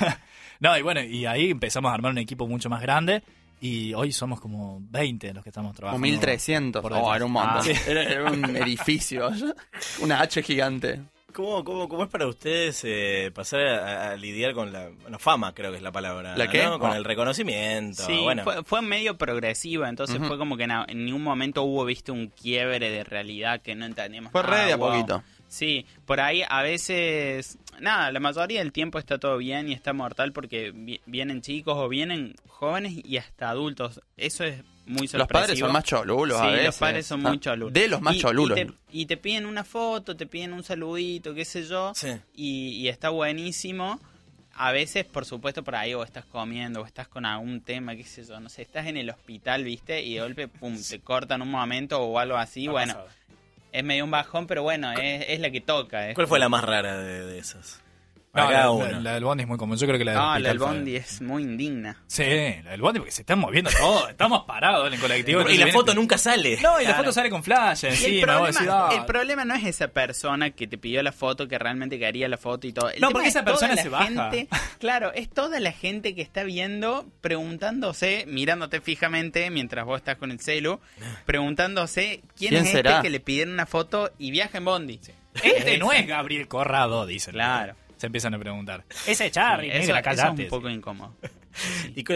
[SPEAKER 3] no, y bueno, y ahí empezamos a armar un equipo mucho más grande y hoy somos como 20 los que estamos trabajando.
[SPEAKER 2] Como 1300.
[SPEAKER 3] por
[SPEAKER 2] Oh,
[SPEAKER 3] detrás.
[SPEAKER 2] era un montón.
[SPEAKER 4] Ah, sí.
[SPEAKER 2] Era, era un edificio. Una H gigante.
[SPEAKER 1] ¿Cómo, cómo, cómo es para ustedes eh, pasar a, a lidiar con la bueno, fama, creo que es la palabra?
[SPEAKER 2] ¿La qué?
[SPEAKER 1] ¿no? Con
[SPEAKER 2] Oh.
[SPEAKER 1] el reconocimiento.
[SPEAKER 4] Sí,
[SPEAKER 1] bueno.
[SPEAKER 4] fue, fue medio progresiva, entonces
[SPEAKER 2] Ujú.
[SPEAKER 4] fue como que na- en ningún momento hubo, viste, un quiebre de realidad que no entendemos.
[SPEAKER 2] Fue re
[SPEAKER 4] nada,
[SPEAKER 2] de a
[SPEAKER 4] Ah, wow.
[SPEAKER 2] poquito.
[SPEAKER 4] Sí, por ahí a veces, nada, la mayoría del tiempo está todo bien y está mortal porque vi- vienen chicos o vienen jóvenes y hasta adultos. Eso es muy sorpresivo.
[SPEAKER 2] Los padres son más cholulos a
[SPEAKER 4] Sí,
[SPEAKER 2] veces.
[SPEAKER 4] los padres son
[SPEAKER 2] Ah,
[SPEAKER 4] muy cholulos.
[SPEAKER 2] De los más
[SPEAKER 4] Y-
[SPEAKER 2] cholulos.
[SPEAKER 4] Y te, y te piden una foto, te piden un saludito, qué sé yo.
[SPEAKER 1] Sí.
[SPEAKER 4] Y, y está buenísimo. A veces, por supuesto, por ahí o estás comiendo o estás con algún tema, qué sé yo, no sé, estás en el hospital, viste, y de golpe, pum, te cortan un momento o algo así.
[SPEAKER 3] Ha
[SPEAKER 4] bueno,
[SPEAKER 3] pasado.
[SPEAKER 4] es medio un bajón, pero bueno, es, es la que toca. ¿eh? es
[SPEAKER 1] ¿Cuál fue la más rara de, de esas? Para
[SPEAKER 3] No,
[SPEAKER 1] cada
[SPEAKER 3] la,
[SPEAKER 1] uno.
[SPEAKER 3] la- la del Bondi es muy común. Yo creo que la del
[SPEAKER 4] Ah, la
[SPEAKER 3] hospital
[SPEAKER 4] del
[SPEAKER 3] fue-
[SPEAKER 4] Bondi es muy indigna.
[SPEAKER 3] Sí, la del Bondi porque se están moviendo todos. Estamos parados en el colectivo.
[SPEAKER 1] y
[SPEAKER 3] entonces
[SPEAKER 1] la
[SPEAKER 3] viene-
[SPEAKER 1] foto nunca sale.
[SPEAKER 3] No, y la
[SPEAKER 4] Claro.
[SPEAKER 3] foto sale con flash
[SPEAKER 4] Y el,
[SPEAKER 3] encima. vos
[SPEAKER 4] problema,
[SPEAKER 3] decís, ah.
[SPEAKER 4] el problema no es esa persona que te pidió la foto, que realmente quería la foto y todo. El
[SPEAKER 3] No,
[SPEAKER 4] tema
[SPEAKER 3] porque
[SPEAKER 4] es
[SPEAKER 3] esa
[SPEAKER 4] toda
[SPEAKER 3] persona
[SPEAKER 4] la
[SPEAKER 3] se baja.
[SPEAKER 4] gente- claro, es toda la gente que está viendo, preguntándose, mirándote fijamente mientras vos estás con el celu, preguntándose quién,
[SPEAKER 2] ¿Quién
[SPEAKER 4] es
[SPEAKER 2] será?
[SPEAKER 4] este que le pidieron una foto y viaja en Bondi.
[SPEAKER 3] Este no es Gabriel Corrado, dicen.
[SPEAKER 4] Claro.
[SPEAKER 3] Se empiezan a preguntar. Ese es Charlie,
[SPEAKER 4] eso,
[SPEAKER 3] negra,
[SPEAKER 4] eso es
[SPEAKER 3] callate.
[SPEAKER 4] un poco incómodo.
[SPEAKER 1] Y que,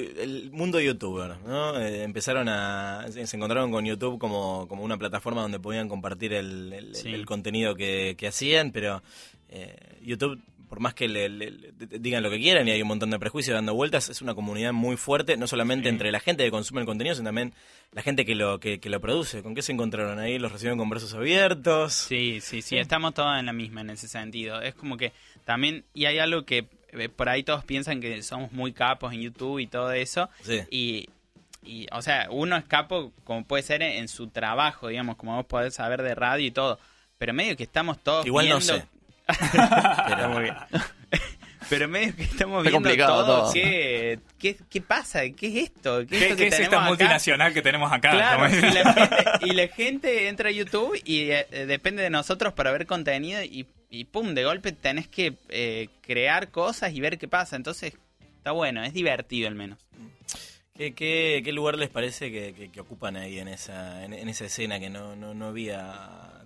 [SPEAKER 1] eh, el mundo youtuber, ¿no? Eh, empezaron a. Se se encontraron con YouTube como, como una plataforma donde podían compartir el, el-
[SPEAKER 4] Sí.
[SPEAKER 1] el contenido que, que hacían, pero eh, YouTube, por más que le, le- le- digan lo que quieran y hay un montón de prejuicios dando vueltas, es una comunidad muy fuerte, no solamente entre la gente que consume el contenido, sino también la gente que lo, que, que lo produce. ¿Con qué se encontraron ahí? ¿Los recibieron con brazos abiertos?
[SPEAKER 4] Sí, sí, sí, estamos todos en la misma en ese sentido. Es como que también, y hay algo que eh, por ahí todos piensan que somos muy capos en YouTube y todo eso,
[SPEAKER 1] Sí.
[SPEAKER 4] y, y, o sea, uno es capo como puede ser en, en su trabajo, digamos, como vos podés saber de radio y todo, pero medio que estamos todos
[SPEAKER 1] Igual no
[SPEAKER 4] viendo-
[SPEAKER 1] sé. Pero-
[SPEAKER 4] Muy bien. Pero medio que estamos
[SPEAKER 2] Está
[SPEAKER 4] viendo
[SPEAKER 2] complicado
[SPEAKER 4] todo,
[SPEAKER 2] todo.
[SPEAKER 4] ¿Qué, qué, qué pasa, qué es esto, qué, es
[SPEAKER 3] ¿Qué,
[SPEAKER 4] esto
[SPEAKER 3] qué
[SPEAKER 4] que
[SPEAKER 3] es esta
[SPEAKER 4] tenemos acá?
[SPEAKER 3] multinacional que tenemos acá?
[SPEAKER 4] Claro,
[SPEAKER 3] Como-
[SPEAKER 4] y la, gente, y la gente entra a YouTube y eh, depende de nosotros para ver contenido y, y pum, de golpe tenés que eh, crear cosas y ver qué pasa. Entonces, está bueno, es divertido al menos.
[SPEAKER 1] ¿Qué, qué, qué lugar les parece que, que- que ocupan ahí en esa, en, en esa escena que no, no, no había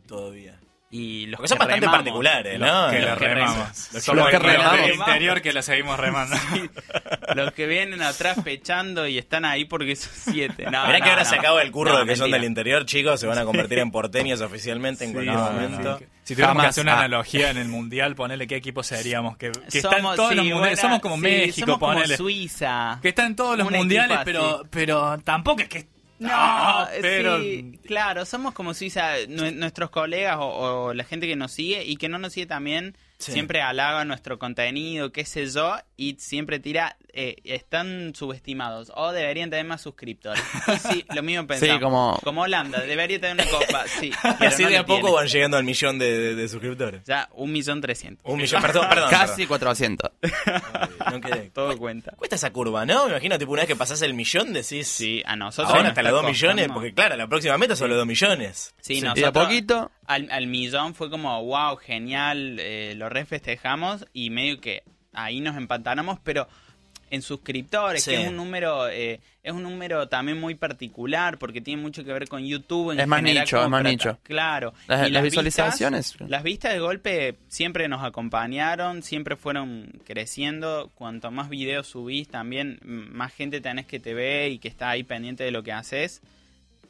[SPEAKER 1] todavía?
[SPEAKER 4] Y los
[SPEAKER 1] Porque son
[SPEAKER 4] que
[SPEAKER 1] bastante
[SPEAKER 4] remamos-
[SPEAKER 1] particulares,
[SPEAKER 4] los-
[SPEAKER 1] ¿no?
[SPEAKER 3] que
[SPEAKER 1] Los
[SPEAKER 3] la
[SPEAKER 4] que
[SPEAKER 3] remamos.
[SPEAKER 2] Los que
[SPEAKER 3] Como el-
[SPEAKER 2] remamos.
[SPEAKER 3] El interior que la seguimos remando.
[SPEAKER 4] Los que vienen atrás pechando y están ahí porque son siete. No,
[SPEAKER 1] Mirá
[SPEAKER 4] no,
[SPEAKER 1] que ahora
[SPEAKER 4] no.
[SPEAKER 1] se acaba el curro
[SPEAKER 4] No,
[SPEAKER 1] de que son
[SPEAKER 4] mentira.
[SPEAKER 1] del interior, chicos. Se van a convertir en porteños oficialmente en cualquier
[SPEAKER 3] No, no,
[SPEAKER 1] momento.
[SPEAKER 3] no. Si tuviéramos
[SPEAKER 2] Jamás.
[SPEAKER 3] que hacer una
[SPEAKER 2] Ah.
[SPEAKER 3] analogía en el mundial, ponele qué equipo seríamos. Que, que
[SPEAKER 4] Somos,
[SPEAKER 3] están todos
[SPEAKER 4] sí,
[SPEAKER 3] los mundiales.
[SPEAKER 4] bueno,
[SPEAKER 3] somos como
[SPEAKER 4] sí,
[SPEAKER 3] México,
[SPEAKER 4] somos como
[SPEAKER 3] ponele.
[SPEAKER 4] Suiza.
[SPEAKER 3] que están todos los
[SPEAKER 4] un equipo
[SPEAKER 3] mundiales,
[SPEAKER 4] así.
[SPEAKER 3] pero, pero tampoco es que.
[SPEAKER 1] Ah,
[SPEAKER 4] No,
[SPEAKER 3] pero.
[SPEAKER 4] sí, claro, somos como Suiza, nue- nuestros colegas o, o la gente que nos sigue y que no nos sigue también,
[SPEAKER 1] Sí.
[SPEAKER 4] siempre halaga nuestro contenido, qué sé yo, y siempre tira, eh, están subestimados o deberían tener más suscriptores. Y sí, lo mismo pensamos.
[SPEAKER 2] como-
[SPEAKER 4] Holanda, debería tener una copa, sí.
[SPEAKER 1] Y
[SPEAKER 4] pero
[SPEAKER 1] así
[SPEAKER 4] no
[SPEAKER 1] de
[SPEAKER 4] la
[SPEAKER 1] a poco
[SPEAKER 4] tiene.
[SPEAKER 1] van llegando al millón de, de- de suscriptores.
[SPEAKER 4] Ya, un millón trescientos.
[SPEAKER 1] Un millón, perdón, perdón.
[SPEAKER 2] Casi 400.
[SPEAKER 1] perdón. Ay, no quedé.
[SPEAKER 4] Todo cuenta.
[SPEAKER 1] Cuesta esa curva, ¿no? Me imagino, tipo, una vez que pasás el millón, decís.
[SPEAKER 4] Sí, a nosotros.
[SPEAKER 1] Ahora
[SPEAKER 4] nos
[SPEAKER 1] hasta
[SPEAKER 4] está
[SPEAKER 1] los dos millones,
[SPEAKER 4] costando.
[SPEAKER 1] porque claro, la próxima meta son los dos millones.
[SPEAKER 4] Sí,
[SPEAKER 2] Y de a
[SPEAKER 4] nosotros-
[SPEAKER 2] poquito.
[SPEAKER 4] Al, al millón fue como, wow, genial, eh, lo refestejamos y medio que ahí nos empantanamos, pero en suscriptores,
[SPEAKER 1] Sí.
[SPEAKER 4] que es un número eh, es un número también muy particular porque tiene mucho que ver con YouTube. En
[SPEAKER 2] Es más
[SPEAKER 4] general,
[SPEAKER 2] nicho,
[SPEAKER 4] como
[SPEAKER 2] es más
[SPEAKER 4] para-
[SPEAKER 2] nicho.
[SPEAKER 4] Claro.
[SPEAKER 2] Las-
[SPEAKER 4] Y
[SPEAKER 2] las visualizaciones.
[SPEAKER 4] vistas- las vistas de golpe siempre nos acompañaron, siempre fueron creciendo. Cuanto más videos subís, también mm, más gente tenés que te ve y que está ahí pendiente de lo que haces.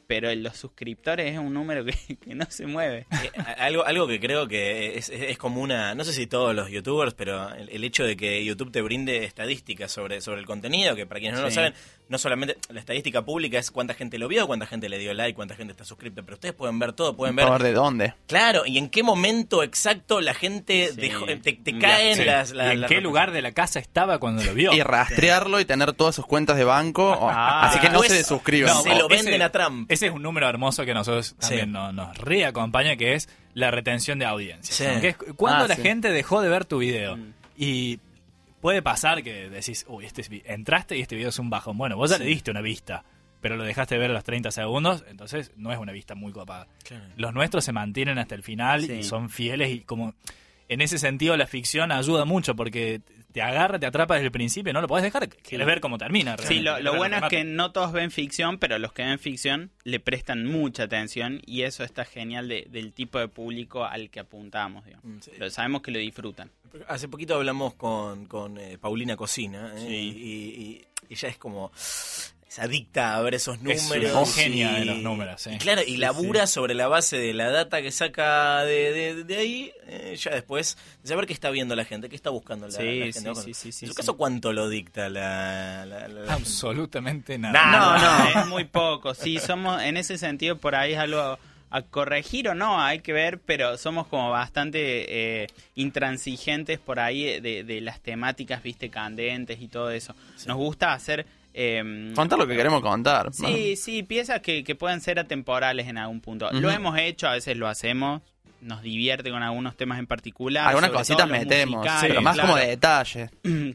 [SPEAKER 4] Pero el- los suscriptores es un número que- que no se mueve.
[SPEAKER 1] Eh, algo, algo que creo que es, es, es como una, no sé si todos los youtubers, pero el, el hecho de que YouTube te brinde estadísticas sobre, sobre el contenido, que para quienes no lo
[SPEAKER 4] Sí.
[SPEAKER 1] saben, no solamente la estadística pública es cuánta gente lo vio, cuánta gente le dio like, cuánta gente está suscrita, pero ustedes pueden ver todo, pueden ver...
[SPEAKER 2] Por de dónde.
[SPEAKER 1] Claro, y en qué momento exacto la gente
[SPEAKER 4] Sí.
[SPEAKER 1] dejó- eh, te, te
[SPEAKER 4] Un
[SPEAKER 1] caen
[SPEAKER 3] Sí.
[SPEAKER 1] las... las-
[SPEAKER 3] ¿Y en
[SPEAKER 1] las-
[SPEAKER 3] qué lugar de la casa estaba cuando lo vio?
[SPEAKER 2] Y rastrearlo y tener todas sus cuentas de banco. o-
[SPEAKER 4] Ah.
[SPEAKER 2] así que no se
[SPEAKER 1] Después-
[SPEAKER 2] desuscriban.
[SPEAKER 1] pues, se lo
[SPEAKER 3] o-
[SPEAKER 1] venden
[SPEAKER 3] ese-
[SPEAKER 1] a Trump.
[SPEAKER 3] Ese es un número hermoso que nosotros también
[SPEAKER 1] Sí.
[SPEAKER 3] no- nos reacompaña, que es la retención de audiencia.
[SPEAKER 1] Sí.
[SPEAKER 3] ¿no? Que es cuando
[SPEAKER 2] Ah,
[SPEAKER 3] la
[SPEAKER 2] sí.
[SPEAKER 3] gente dejó de ver tu video.
[SPEAKER 4] Mm.
[SPEAKER 3] Y puede pasar que decís, uy, este es vi- entraste y este video es un bajón. Bueno, vos ya le diste una vista, pero lo dejaste ver a los 30 segundos, entonces no es una vista muy copada. Los nuestros se mantienen hasta el final
[SPEAKER 4] Sí.
[SPEAKER 3] y son fieles y como... En ese sentido, la ficción ayuda mucho porque te agarra, te atrapa desde el principio, no lo podés dejar. Quieres ver cómo termina.
[SPEAKER 4] Sí,
[SPEAKER 3] realmente,
[SPEAKER 4] lo,
[SPEAKER 3] querés
[SPEAKER 4] lo
[SPEAKER 3] ver
[SPEAKER 4] bueno es
[SPEAKER 3] remate.
[SPEAKER 4] que no todos ven ficción, pero los que ven ficción le prestan mucha atención y eso está genial de- del tipo de público al que apuntamos. digamos.
[SPEAKER 1] Mm, sí.
[SPEAKER 4] Pero sabemos que lo disfrutan.
[SPEAKER 1] Hace poquito hablamos con, con, eh, Paulina Cocina ¿eh?
[SPEAKER 4] Sí.
[SPEAKER 1] y, y- y ella es como es adicta a ver esos
[SPEAKER 3] Es una
[SPEAKER 1] números.
[SPEAKER 3] genia
[SPEAKER 1] y-
[SPEAKER 3] de los números, ¿eh? sí.
[SPEAKER 1] y claro, y labura sobre la base de la data que saca de, de- de ahí, eh, ya después, de saber qué está viendo la gente, qué está buscando la, la
[SPEAKER 4] Sí,
[SPEAKER 1] gente.
[SPEAKER 4] sí,
[SPEAKER 1] ¿no?
[SPEAKER 4] sí, sí, sí,
[SPEAKER 1] en su
[SPEAKER 4] sí.
[SPEAKER 1] caso, ¿cuánto lo dicta la, la- la-
[SPEAKER 3] Ah,
[SPEAKER 1] la-
[SPEAKER 3] Absolutamente nada.
[SPEAKER 1] Nah.
[SPEAKER 4] No,
[SPEAKER 1] Ah,
[SPEAKER 4] no, es muy poco. Sí, somos en ese sentido por ahí es algo a corregir o no, hay que ver, pero somos como bastante eh, intransigentes por ahí de, de las temáticas, viste, candentes y todo eso. Nos gusta hacer... em,
[SPEAKER 2] Contar lo que queremos contar.
[SPEAKER 4] Sí, sí, piezas que, que pueden ser atemporales en algún punto. Lo
[SPEAKER 2] Ujú.
[SPEAKER 4] hemos hecho, a veces lo hacemos, nos divierte con algunos temas en particular.
[SPEAKER 2] Algunas
[SPEAKER 4] Ah, sobre
[SPEAKER 2] cositas
[SPEAKER 4] todo los
[SPEAKER 2] metemos,
[SPEAKER 4] musicales,
[SPEAKER 2] pero más como de
[SPEAKER 4] claro.
[SPEAKER 2] detalle.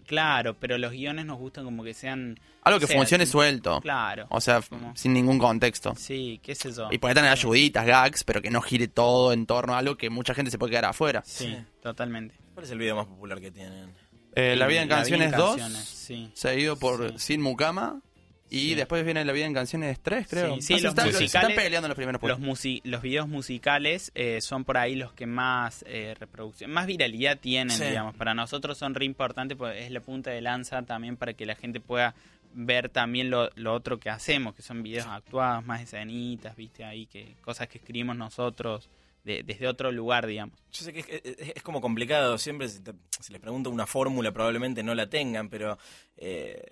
[SPEAKER 4] Claro, pero los guiones nos gustan como que sean...
[SPEAKER 2] Algo que
[SPEAKER 4] o sea,
[SPEAKER 2] funcione suelto.
[SPEAKER 4] Claro.
[SPEAKER 2] O sea, f-
[SPEAKER 4] Como-
[SPEAKER 2] sin ningún contexto.
[SPEAKER 4] Sí, qué sé yo.
[SPEAKER 2] Y puede tener ayuditas, gags, pero que no gire todo en torno a algo que mucha gente se puede quedar afuera.
[SPEAKER 4] Sí,
[SPEAKER 1] Sí.
[SPEAKER 4] totalmente.
[SPEAKER 1] ¿Cuál es el video más popular que tienen?
[SPEAKER 2] Eh, la vida en canciones 2,
[SPEAKER 4] Canciones, Sí.
[SPEAKER 2] seguido por
[SPEAKER 4] Sí.
[SPEAKER 2] Sin Mucama. Y
[SPEAKER 4] Sí.
[SPEAKER 2] después viene La vida en canciones 3, creo.
[SPEAKER 4] Sí, sí,
[SPEAKER 2] Ah, se
[SPEAKER 4] los
[SPEAKER 2] están, se están
[SPEAKER 4] musicales-
[SPEAKER 2] peleando en los primeros
[SPEAKER 4] Los,
[SPEAKER 2] puestos.
[SPEAKER 4] musi- los videos musicales eh, son por ahí los que más eh, reproducción, más viralidad tienen,
[SPEAKER 1] Sí.
[SPEAKER 4] digamos. Para nosotros son re importantes, porque es la punta de lanza también para que la gente pueda ver también lo, lo otro que hacemos, que son videos actuados, más escenitas, viste ahí, que cosas que escribimos nosotros de- desde otro lugar, digamos.
[SPEAKER 1] Yo sé que es, eh, es- es como complicado, siempre si, te- si les pregunto una fórmula probablemente no la tengan, pero eh,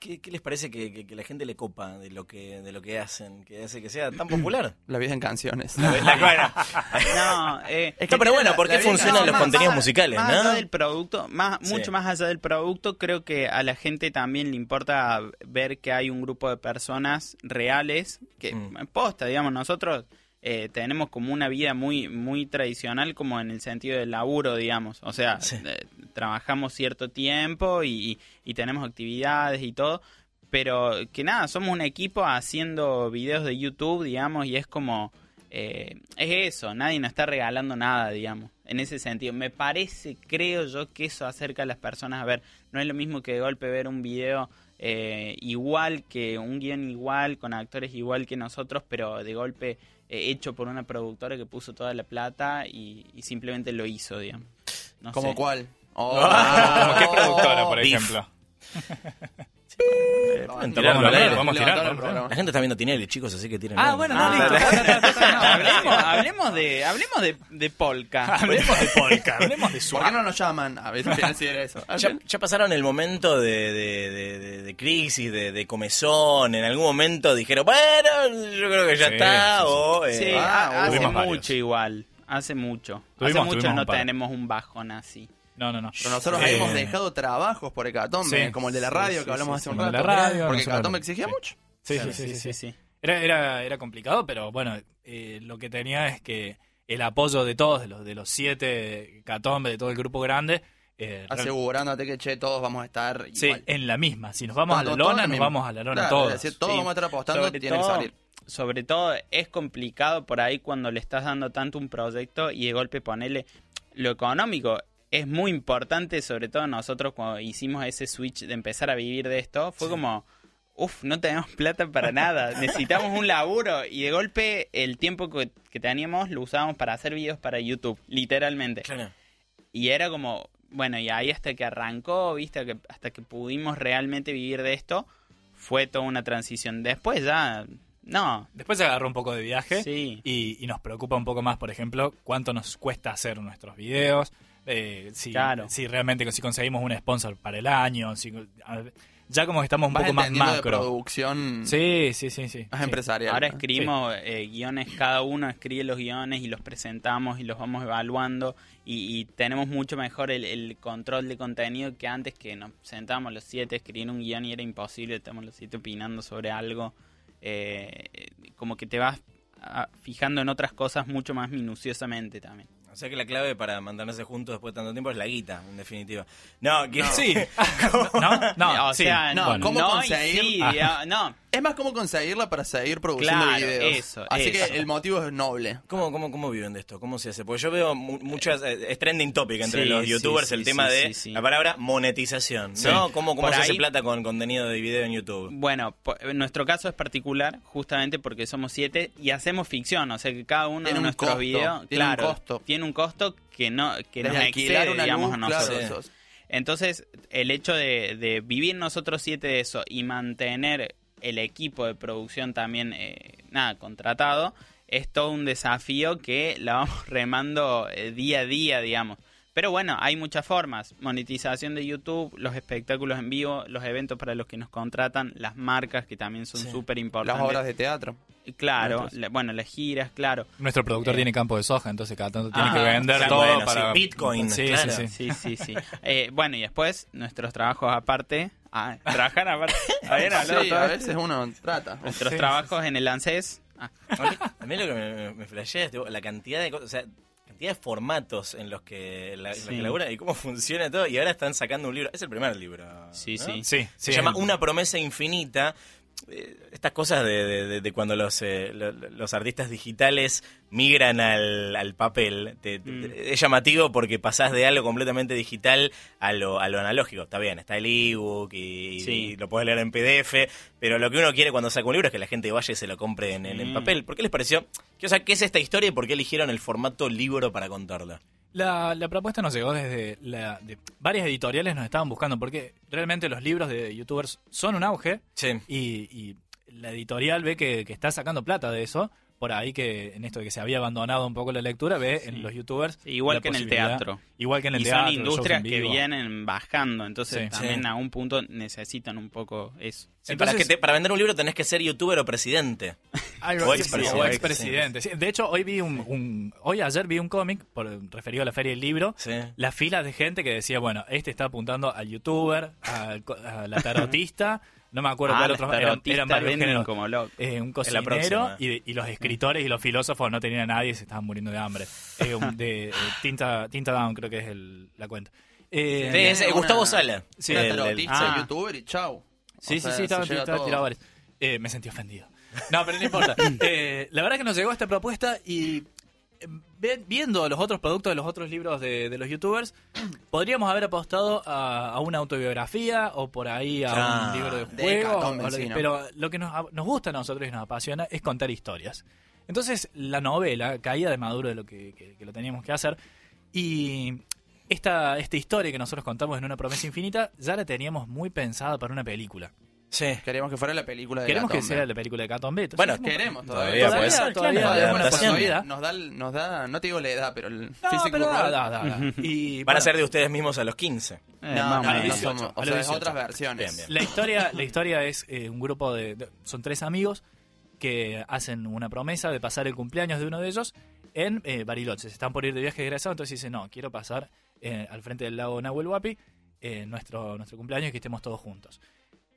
[SPEAKER 1] ¿qué, qué les parece que, que- que la gente le copa de lo que de lo que hacen, que hace que sea tan popular?
[SPEAKER 2] La vida en canciones.
[SPEAKER 4] No, eh,
[SPEAKER 1] No, pero bueno, ¿por qué
[SPEAKER 2] La vida en
[SPEAKER 1] funcionan los
[SPEAKER 2] canciones.
[SPEAKER 1] contenidos musicales?
[SPEAKER 4] Más allá del
[SPEAKER 1] ¿no?
[SPEAKER 4] producto, más,
[SPEAKER 1] Sí.
[SPEAKER 4] mucho más allá del producto, creo que a la gente también le importa ver que hay un grupo de personas reales que eh,
[SPEAKER 1] Mm.
[SPEAKER 4] posta, digamos, nosotros eh, tenemos como una vida muy muy tradicional como en el sentido del laburo, digamos, o sea,
[SPEAKER 1] Sí.
[SPEAKER 4] eh, trabajamos cierto tiempo y, y tenemos actividades y todo, pero que nada, somos un equipo haciendo videos de YouTube, digamos, y es como... eh, es eso, nadie nos está regalando nada, digamos, en ese sentido. Me parece, creo yo, que eso acerca a las personas a ver, no es lo mismo que de golpe ver un video eh, igual que un guión igual, con actores igual que nosotros, pero de golpe eh, hecho por una productora que puso toda la plata y, y simplemente lo hizo, digamos. No
[SPEAKER 2] ¿Como
[SPEAKER 4] sé.
[SPEAKER 2] cuál? Oh.
[SPEAKER 3] Como qué productora, por
[SPEAKER 1] Beef.
[SPEAKER 3] ejemplo.
[SPEAKER 1] Eh,
[SPEAKER 2] Vamos
[SPEAKER 1] pueden
[SPEAKER 2] a
[SPEAKER 1] tirarlo al
[SPEAKER 3] tirar,
[SPEAKER 1] aire.
[SPEAKER 3] vamos a
[SPEAKER 2] levantar
[SPEAKER 3] tirar,
[SPEAKER 2] el
[SPEAKER 3] vamos a
[SPEAKER 2] programa.
[SPEAKER 1] La gente está viendo Tinelli, chicos, así que tienen.
[SPEAKER 3] Ah, bueno, no,
[SPEAKER 4] Ah,
[SPEAKER 3] listo.
[SPEAKER 4] dale.
[SPEAKER 3] Ta, ta, ta, ta, no.
[SPEAKER 4] hablemos, hablemos de, hablemos de, de polka.
[SPEAKER 3] Hablemos de polka, hablemos de
[SPEAKER 2] ¿Por qué
[SPEAKER 3] swag.
[SPEAKER 2] no nos llaman? A veces al final sí era eso. Al
[SPEAKER 1] Ya,
[SPEAKER 2] final-
[SPEAKER 1] ya pasaron el momento de, de- de- de- de crisis, de, de comezón. En algún momento dijeron, bueno, yo creo que ya
[SPEAKER 3] Sí,
[SPEAKER 1] está.
[SPEAKER 3] sí, sí.
[SPEAKER 1] O, eh,
[SPEAKER 4] Sí,
[SPEAKER 2] ah,
[SPEAKER 4] ha- hace
[SPEAKER 3] tuvimos
[SPEAKER 4] mucho
[SPEAKER 3] varios.
[SPEAKER 4] igual. Hace mucho. hace
[SPEAKER 3] Tuvimos-
[SPEAKER 4] mucho
[SPEAKER 3] tuvimos
[SPEAKER 4] no
[SPEAKER 3] un par.
[SPEAKER 4] tenemos un bajón así.
[SPEAKER 3] No, no, no. Eh,
[SPEAKER 2] Pero nosotros
[SPEAKER 1] Sí.
[SPEAKER 2] hemos dejado trabajos por Hecatombe,
[SPEAKER 3] Sí.
[SPEAKER 2] como el de la
[SPEAKER 3] Sí,
[SPEAKER 2] radio
[SPEAKER 3] sí,
[SPEAKER 2] que hablamos
[SPEAKER 3] sí,
[SPEAKER 2] hace
[SPEAKER 3] sí.
[SPEAKER 2] un
[SPEAKER 3] Como
[SPEAKER 2] rato.
[SPEAKER 3] el de la radio,
[SPEAKER 2] porque
[SPEAKER 3] nosotros-
[SPEAKER 2] Hecatombe exigía
[SPEAKER 3] sí.
[SPEAKER 2] mucho.
[SPEAKER 3] Sí,
[SPEAKER 4] Claro,
[SPEAKER 3] sí, sí, sí, sí. Era, era, era complicado, pero bueno, eh, lo que tenía es que el apoyo de todos, de los, de los siete catombes, de todo el grupo grande, eh, real-
[SPEAKER 2] Asegurándote que, che, todos vamos a estar
[SPEAKER 3] sí,
[SPEAKER 2] igual.
[SPEAKER 3] en la misma. Si nos vamos a
[SPEAKER 2] Todo-
[SPEAKER 3] la
[SPEAKER 2] todo
[SPEAKER 3] lona,
[SPEAKER 2] en
[SPEAKER 3] nos
[SPEAKER 2] el mismo.
[SPEAKER 3] vamos a la lona
[SPEAKER 2] Claro,
[SPEAKER 3] todos.
[SPEAKER 2] es decir, todos
[SPEAKER 4] Sí.
[SPEAKER 2] vamos a estar apostando
[SPEAKER 4] Sobre
[SPEAKER 2] que tiene que
[SPEAKER 4] todo-
[SPEAKER 2] salir.
[SPEAKER 4] Sobre todo es complicado por ahí cuando le estás dando tanto un proyecto y de golpe ponerle lo económico. Es muy importante, sobre todo nosotros cuando hicimos ese switch de empezar a vivir de esto, fue como, uff, no tenemos plata para nada, necesitamos un laburo y de golpe el tiempo que, que teníamos lo usábamos para hacer videos para YouTube, literalmente.
[SPEAKER 1] claro.
[SPEAKER 4] Y era como, bueno, y ahí hasta que arrancó, viste, que- hasta que pudimos realmente vivir de esto, fue toda una transición. Después ya, no,
[SPEAKER 3] Después se agarró un poco de viaje
[SPEAKER 4] sí.
[SPEAKER 3] y, y nos preocupa un poco más, por ejemplo, cuánto nos cuesta hacer nuestros videos, eh, si,
[SPEAKER 4] Claro.
[SPEAKER 3] si realmente si conseguimos un sponsor para el año, si- a- ya como que estamos un
[SPEAKER 2] Vas
[SPEAKER 3] poco más
[SPEAKER 2] entendiendo de
[SPEAKER 3] macro.
[SPEAKER 2] producción
[SPEAKER 3] Sí, sí, sí, sí.
[SPEAKER 2] más
[SPEAKER 3] sí.
[SPEAKER 2] empresarial.
[SPEAKER 4] Ahora
[SPEAKER 2] ¿no?
[SPEAKER 4] escribimos eh, guiones, cada uno escribe los guiones y los presentamos y los vamos evaluando y, y tenemos mucho mejor el, el control de contenido que antes que nos sentábamos los siete a escribir un guión y era imposible, estamos los siete opinando sobre algo, Eh, eh, como que te vas ah, fijando en otras cosas mucho más minuciosamente también.
[SPEAKER 1] O sea que la clave para mantenerse juntos después de tanto tiempo es la guita, en definitiva. No, que
[SPEAKER 3] Sí. ¿No? No,
[SPEAKER 4] o
[SPEAKER 3] sí.
[SPEAKER 4] sea,
[SPEAKER 2] Eh, No, ¿cómo
[SPEAKER 4] no, y
[SPEAKER 2] conseguir?
[SPEAKER 4] sí,
[SPEAKER 2] Ah.
[SPEAKER 4] ya, no.
[SPEAKER 2] Es más como conseguirla para seguir produciendo
[SPEAKER 4] Claro,
[SPEAKER 2] videos.
[SPEAKER 4] eso,
[SPEAKER 2] Así
[SPEAKER 4] eso.
[SPEAKER 2] que el motivo es noble.
[SPEAKER 1] ¿Cómo, cómo, ¿Cómo viven de esto? ¿Cómo se hace? Porque yo veo mu- muchas. eh, Es trending topic entre
[SPEAKER 4] Sí,
[SPEAKER 1] los
[SPEAKER 4] sí,
[SPEAKER 1] youtubers
[SPEAKER 4] sí,
[SPEAKER 1] el
[SPEAKER 4] sí,
[SPEAKER 1] tema de
[SPEAKER 4] sí, sí.
[SPEAKER 1] la palabra monetización. ¿No? ¿Cómo, cómo
[SPEAKER 4] Por
[SPEAKER 1] se hace
[SPEAKER 4] ahí-
[SPEAKER 1] plata con contenido de video en YouTube?
[SPEAKER 4] Bueno, po- en nuestro caso es particular justamente porque somos siete y hacemos ficción, o sea que cada uno
[SPEAKER 2] Tiene
[SPEAKER 4] de
[SPEAKER 2] un
[SPEAKER 4] nuestros
[SPEAKER 2] costo,
[SPEAKER 4] videos,
[SPEAKER 2] tiene un
[SPEAKER 4] claro,
[SPEAKER 2] costo.
[SPEAKER 4] tiene un costo que no que nos
[SPEAKER 2] Desde alquilar
[SPEAKER 4] excede,
[SPEAKER 2] una
[SPEAKER 4] digamos,
[SPEAKER 2] luz,
[SPEAKER 4] a
[SPEAKER 2] claro,
[SPEAKER 4] nosotros.
[SPEAKER 1] nosotros.
[SPEAKER 2] eso-
[SPEAKER 4] Entonces, el hecho de, de vivir nosotros siete de eso y mantener el equipo de producción también, eh, nada, contratado, es todo un desafío que la vamos remando eh, día a día, digamos. Pero bueno, hay muchas formas. Monetización de YouTube, los espectáculos en vivo, los eventos para los que nos contratan, las marcas que también son
[SPEAKER 1] Sí.
[SPEAKER 4] súper
[SPEAKER 2] las
[SPEAKER 4] importantes.
[SPEAKER 2] obras de teatro.
[SPEAKER 4] Claro,
[SPEAKER 2] Otras.
[SPEAKER 4] la- bueno, las giras, claro.
[SPEAKER 3] Nuestro productor
[SPEAKER 4] Eh.
[SPEAKER 3] tiene campo de soja, entonces cada tanto tiene
[SPEAKER 4] Ah,
[SPEAKER 3] que vender
[SPEAKER 1] claro,
[SPEAKER 3] todo
[SPEAKER 1] bueno, sí,
[SPEAKER 3] para.
[SPEAKER 1] Bitcoin,
[SPEAKER 3] Sí,
[SPEAKER 1] claro.
[SPEAKER 3] sí, sí.
[SPEAKER 4] Sí, sí, sí. Eh, bueno, y después nuestros trabajos aparte. Ah, trabajar aparte. Habían hablado
[SPEAKER 2] Sí,
[SPEAKER 4] todo
[SPEAKER 2] a
[SPEAKER 4] esto.
[SPEAKER 2] veces uno trata.
[SPEAKER 4] Nuestros
[SPEAKER 3] Sí,
[SPEAKER 4] trabajos en el ANSES. Ah,
[SPEAKER 1] A mí- A mí lo que me, me- me flashea es tipo, la cantidad de cosas. O sea, cantidad de formatos en los que, la, en los
[SPEAKER 4] Sí.
[SPEAKER 1] que laburan y cómo funciona todo. Y ahora están sacando un libro. Es el primer libro.
[SPEAKER 4] Sí,
[SPEAKER 1] ¿no?
[SPEAKER 4] sí.
[SPEAKER 3] Sí,
[SPEAKER 1] Se
[SPEAKER 3] sí,
[SPEAKER 1] llama
[SPEAKER 3] el-
[SPEAKER 1] Una promesa infinita. Eh, Estas cosas de, de- de- de cuando los, eh, lo- lo- los artistas digitales migran al, al papel. Te- te-
[SPEAKER 4] Mm.
[SPEAKER 1] te- es llamativo porque pasás de algo completamente digital a lo, a lo analógico. Está bien, está el ebook y,
[SPEAKER 4] Sí.
[SPEAKER 1] y lo puedes leer en PDF, pero lo que uno quiere cuando saca un libro es que la gente vaya y se lo compre en, en- en
[SPEAKER 4] Mm.
[SPEAKER 1] papel. ¿Por qué les pareció? que- O sea, ¿qué es esta historia y por qué eligieron el formato libro para contarla?
[SPEAKER 3] La, la propuesta nos llegó desde la- de- varias editoriales nos estaban buscando porque realmente los libros de youtubers son un auge
[SPEAKER 1] Sí.
[SPEAKER 3] y, y la editorial ve que, que está sacando plata de eso. Por ahí que en esto de que se había abandonado un poco la lectura, ve
[SPEAKER 4] Sí.
[SPEAKER 3] en los youtubers.
[SPEAKER 4] Igual
[SPEAKER 3] la
[SPEAKER 4] que en el
[SPEAKER 3] posibilidad-
[SPEAKER 4] teatro.
[SPEAKER 3] Igual que en el
[SPEAKER 4] Y
[SPEAKER 3] teatro.
[SPEAKER 4] son
[SPEAKER 3] los shows
[SPEAKER 4] industrias
[SPEAKER 3] en
[SPEAKER 4] que
[SPEAKER 3] vivo.
[SPEAKER 4] vienen bajando,
[SPEAKER 3] Sí.
[SPEAKER 4] entonces también
[SPEAKER 1] Sí.
[SPEAKER 4] a un punto necesitan un poco eso.
[SPEAKER 1] Sí, para,
[SPEAKER 3] Entonces-
[SPEAKER 1] que te- para vender un libro tenés que ser youtuber o presidente.
[SPEAKER 3] Algo
[SPEAKER 1] O
[SPEAKER 3] así, sí,
[SPEAKER 1] expresidente.
[SPEAKER 3] o expresidente. Sí, De hecho, hoy vi un, un- hoy ayer vi un cómic por referido a la feria del libro.
[SPEAKER 1] Sí.
[SPEAKER 3] Las filas de gente que decía, bueno, este está apuntando al youtuber, al co- a la tarotista, no me acuerdo
[SPEAKER 4] Ah,
[SPEAKER 3] cuál
[SPEAKER 4] los
[SPEAKER 3] otro, eran,
[SPEAKER 4] tarotistas
[SPEAKER 3] eran varios
[SPEAKER 4] venden
[SPEAKER 3] géneros.
[SPEAKER 4] como locos.
[SPEAKER 3] Eh,
[SPEAKER 1] Es
[SPEAKER 3] un
[SPEAKER 1] la
[SPEAKER 3] cocinero
[SPEAKER 1] próxima.
[SPEAKER 3] y, de- y los escritores y los filósofos no tenían a nadie y se estaban muriendo de hambre. Eh, un- de eh, tinta, tinta Down creo que es el- la cuenta. Eh,
[SPEAKER 1] Sí, es- eh, Gustavo
[SPEAKER 2] Una-
[SPEAKER 1] Sala.
[SPEAKER 3] Sí,
[SPEAKER 2] una
[SPEAKER 1] El- el-
[SPEAKER 2] tarotista,
[SPEAKER 4] ah.
[SPEAKER 2] youtuber y chau.
[SPEAKER 3] Sí,
[SPEAKER 2] O sea,
[SPEAKER 3] sí, sí, estaba,
[SPEAKER 2] se llega a
[SPEAKER 3] estaba
[SPEAKER 2] todo.
[SPEAKER 3] tirado varios. Eh, me sentí ofendido. No, pero no importa. Eh, la verdad es que nos llegó esta propuesta y eh, ve- viendo los otros productos de los otros libros de, de los youtubers, podríamos haber apostado a, a una autobiografía o por ahí a
[SPEAKER 1] Ah,
[SPEAKER 3] un libro de
[SPEAKER 2] de
[SPEAKER 3] juego.
[SPEAKER 2] Hecatombe,
[SPEAKER 3] o lo que-
[SPEAKER 2] sí, ¿no?
[SPEAKER 3] Pero lo que nos, nos gusta a nosotros y nos apasiona es contar historias. Entonces, la novela, caía de maduro de lo que, que- que lo teníamos que hacer, y esta, esta historia que nosotros contamos en Una promesa infinita, ya la teníamos muy pensada para una película.
[SPEAKER 1] Sí.
[SPEAKER 2] Queríamos que fuera la película de
[SPEAKER 3] Queremos que
[SPEAKER 2] Gatombe.
[SPEAKER 3] sea la película de Catón Beto.
[SPEAKER 1] Bueno,
[SPEAKER 3] Sí,
[SPEAKER 2] Queremos
[SPEAKER 1] Todavía
[SPEAKER 2] todavía.
[SPEAKER 1] puede
[SPEAKER 2] Todavía,
[SPEAKER 1] ser,
[SPEAKER 2] todavía,
[SPEAKER 1] claodavía, claro,
[SPEAKER 2] todavía,
[SPEAKER 1] la
[SPEAKER 2] bueno,
[SPEAKER 1] adaptación.
[SPEAKER 2] todavía nos da, el- nos da, no te digo la edad, pero el
[SPEAKER 3] No,
[SPEAKER 2] físico
[SPEAKER 3] pero da,
[SPEAKER 2] cultural-
[SPEAKER 3] da, da, da. Y
[SPEAKER 1] Van a ser de ustedes mismos a los 15.
[SPEAKER 4] Eh,
[SPEAKER 2] No,
[SPEAKER 4] vamos,
[SPEAKER 2] no, no,
[SPEAKER 3] a los
[SPEAKER 2] no
[SPEAKER 3] 18,
[SPEAKER 2] somos-
[SPEAKER 3] a
[SPEAKER 2] o sea,
[SPEAKER 3] los
[SPEAKER 2] es otras
[SPEAKER 3] 18.
[SPEAKER 2] versiones.
[SPEAKER 1] Bien, bien.
[SPEAKER 3] la historia, la historia es eh, un grupo de, de- son tres amigos que hacen una promesa de pasar el cumpleaños de uno de ellos en eh, Bariloche. Se están por ir de viaje egresado, entonces dicen, "No, quiero pasar eh, al frente del lago Nahuel Huapi eh, nuestro nuestro cumpleaños y que estemos todos juntos."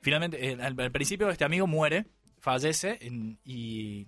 [SPEAKER 3] Finalmente, eh, al, al principio este amigo muere, fallece en- y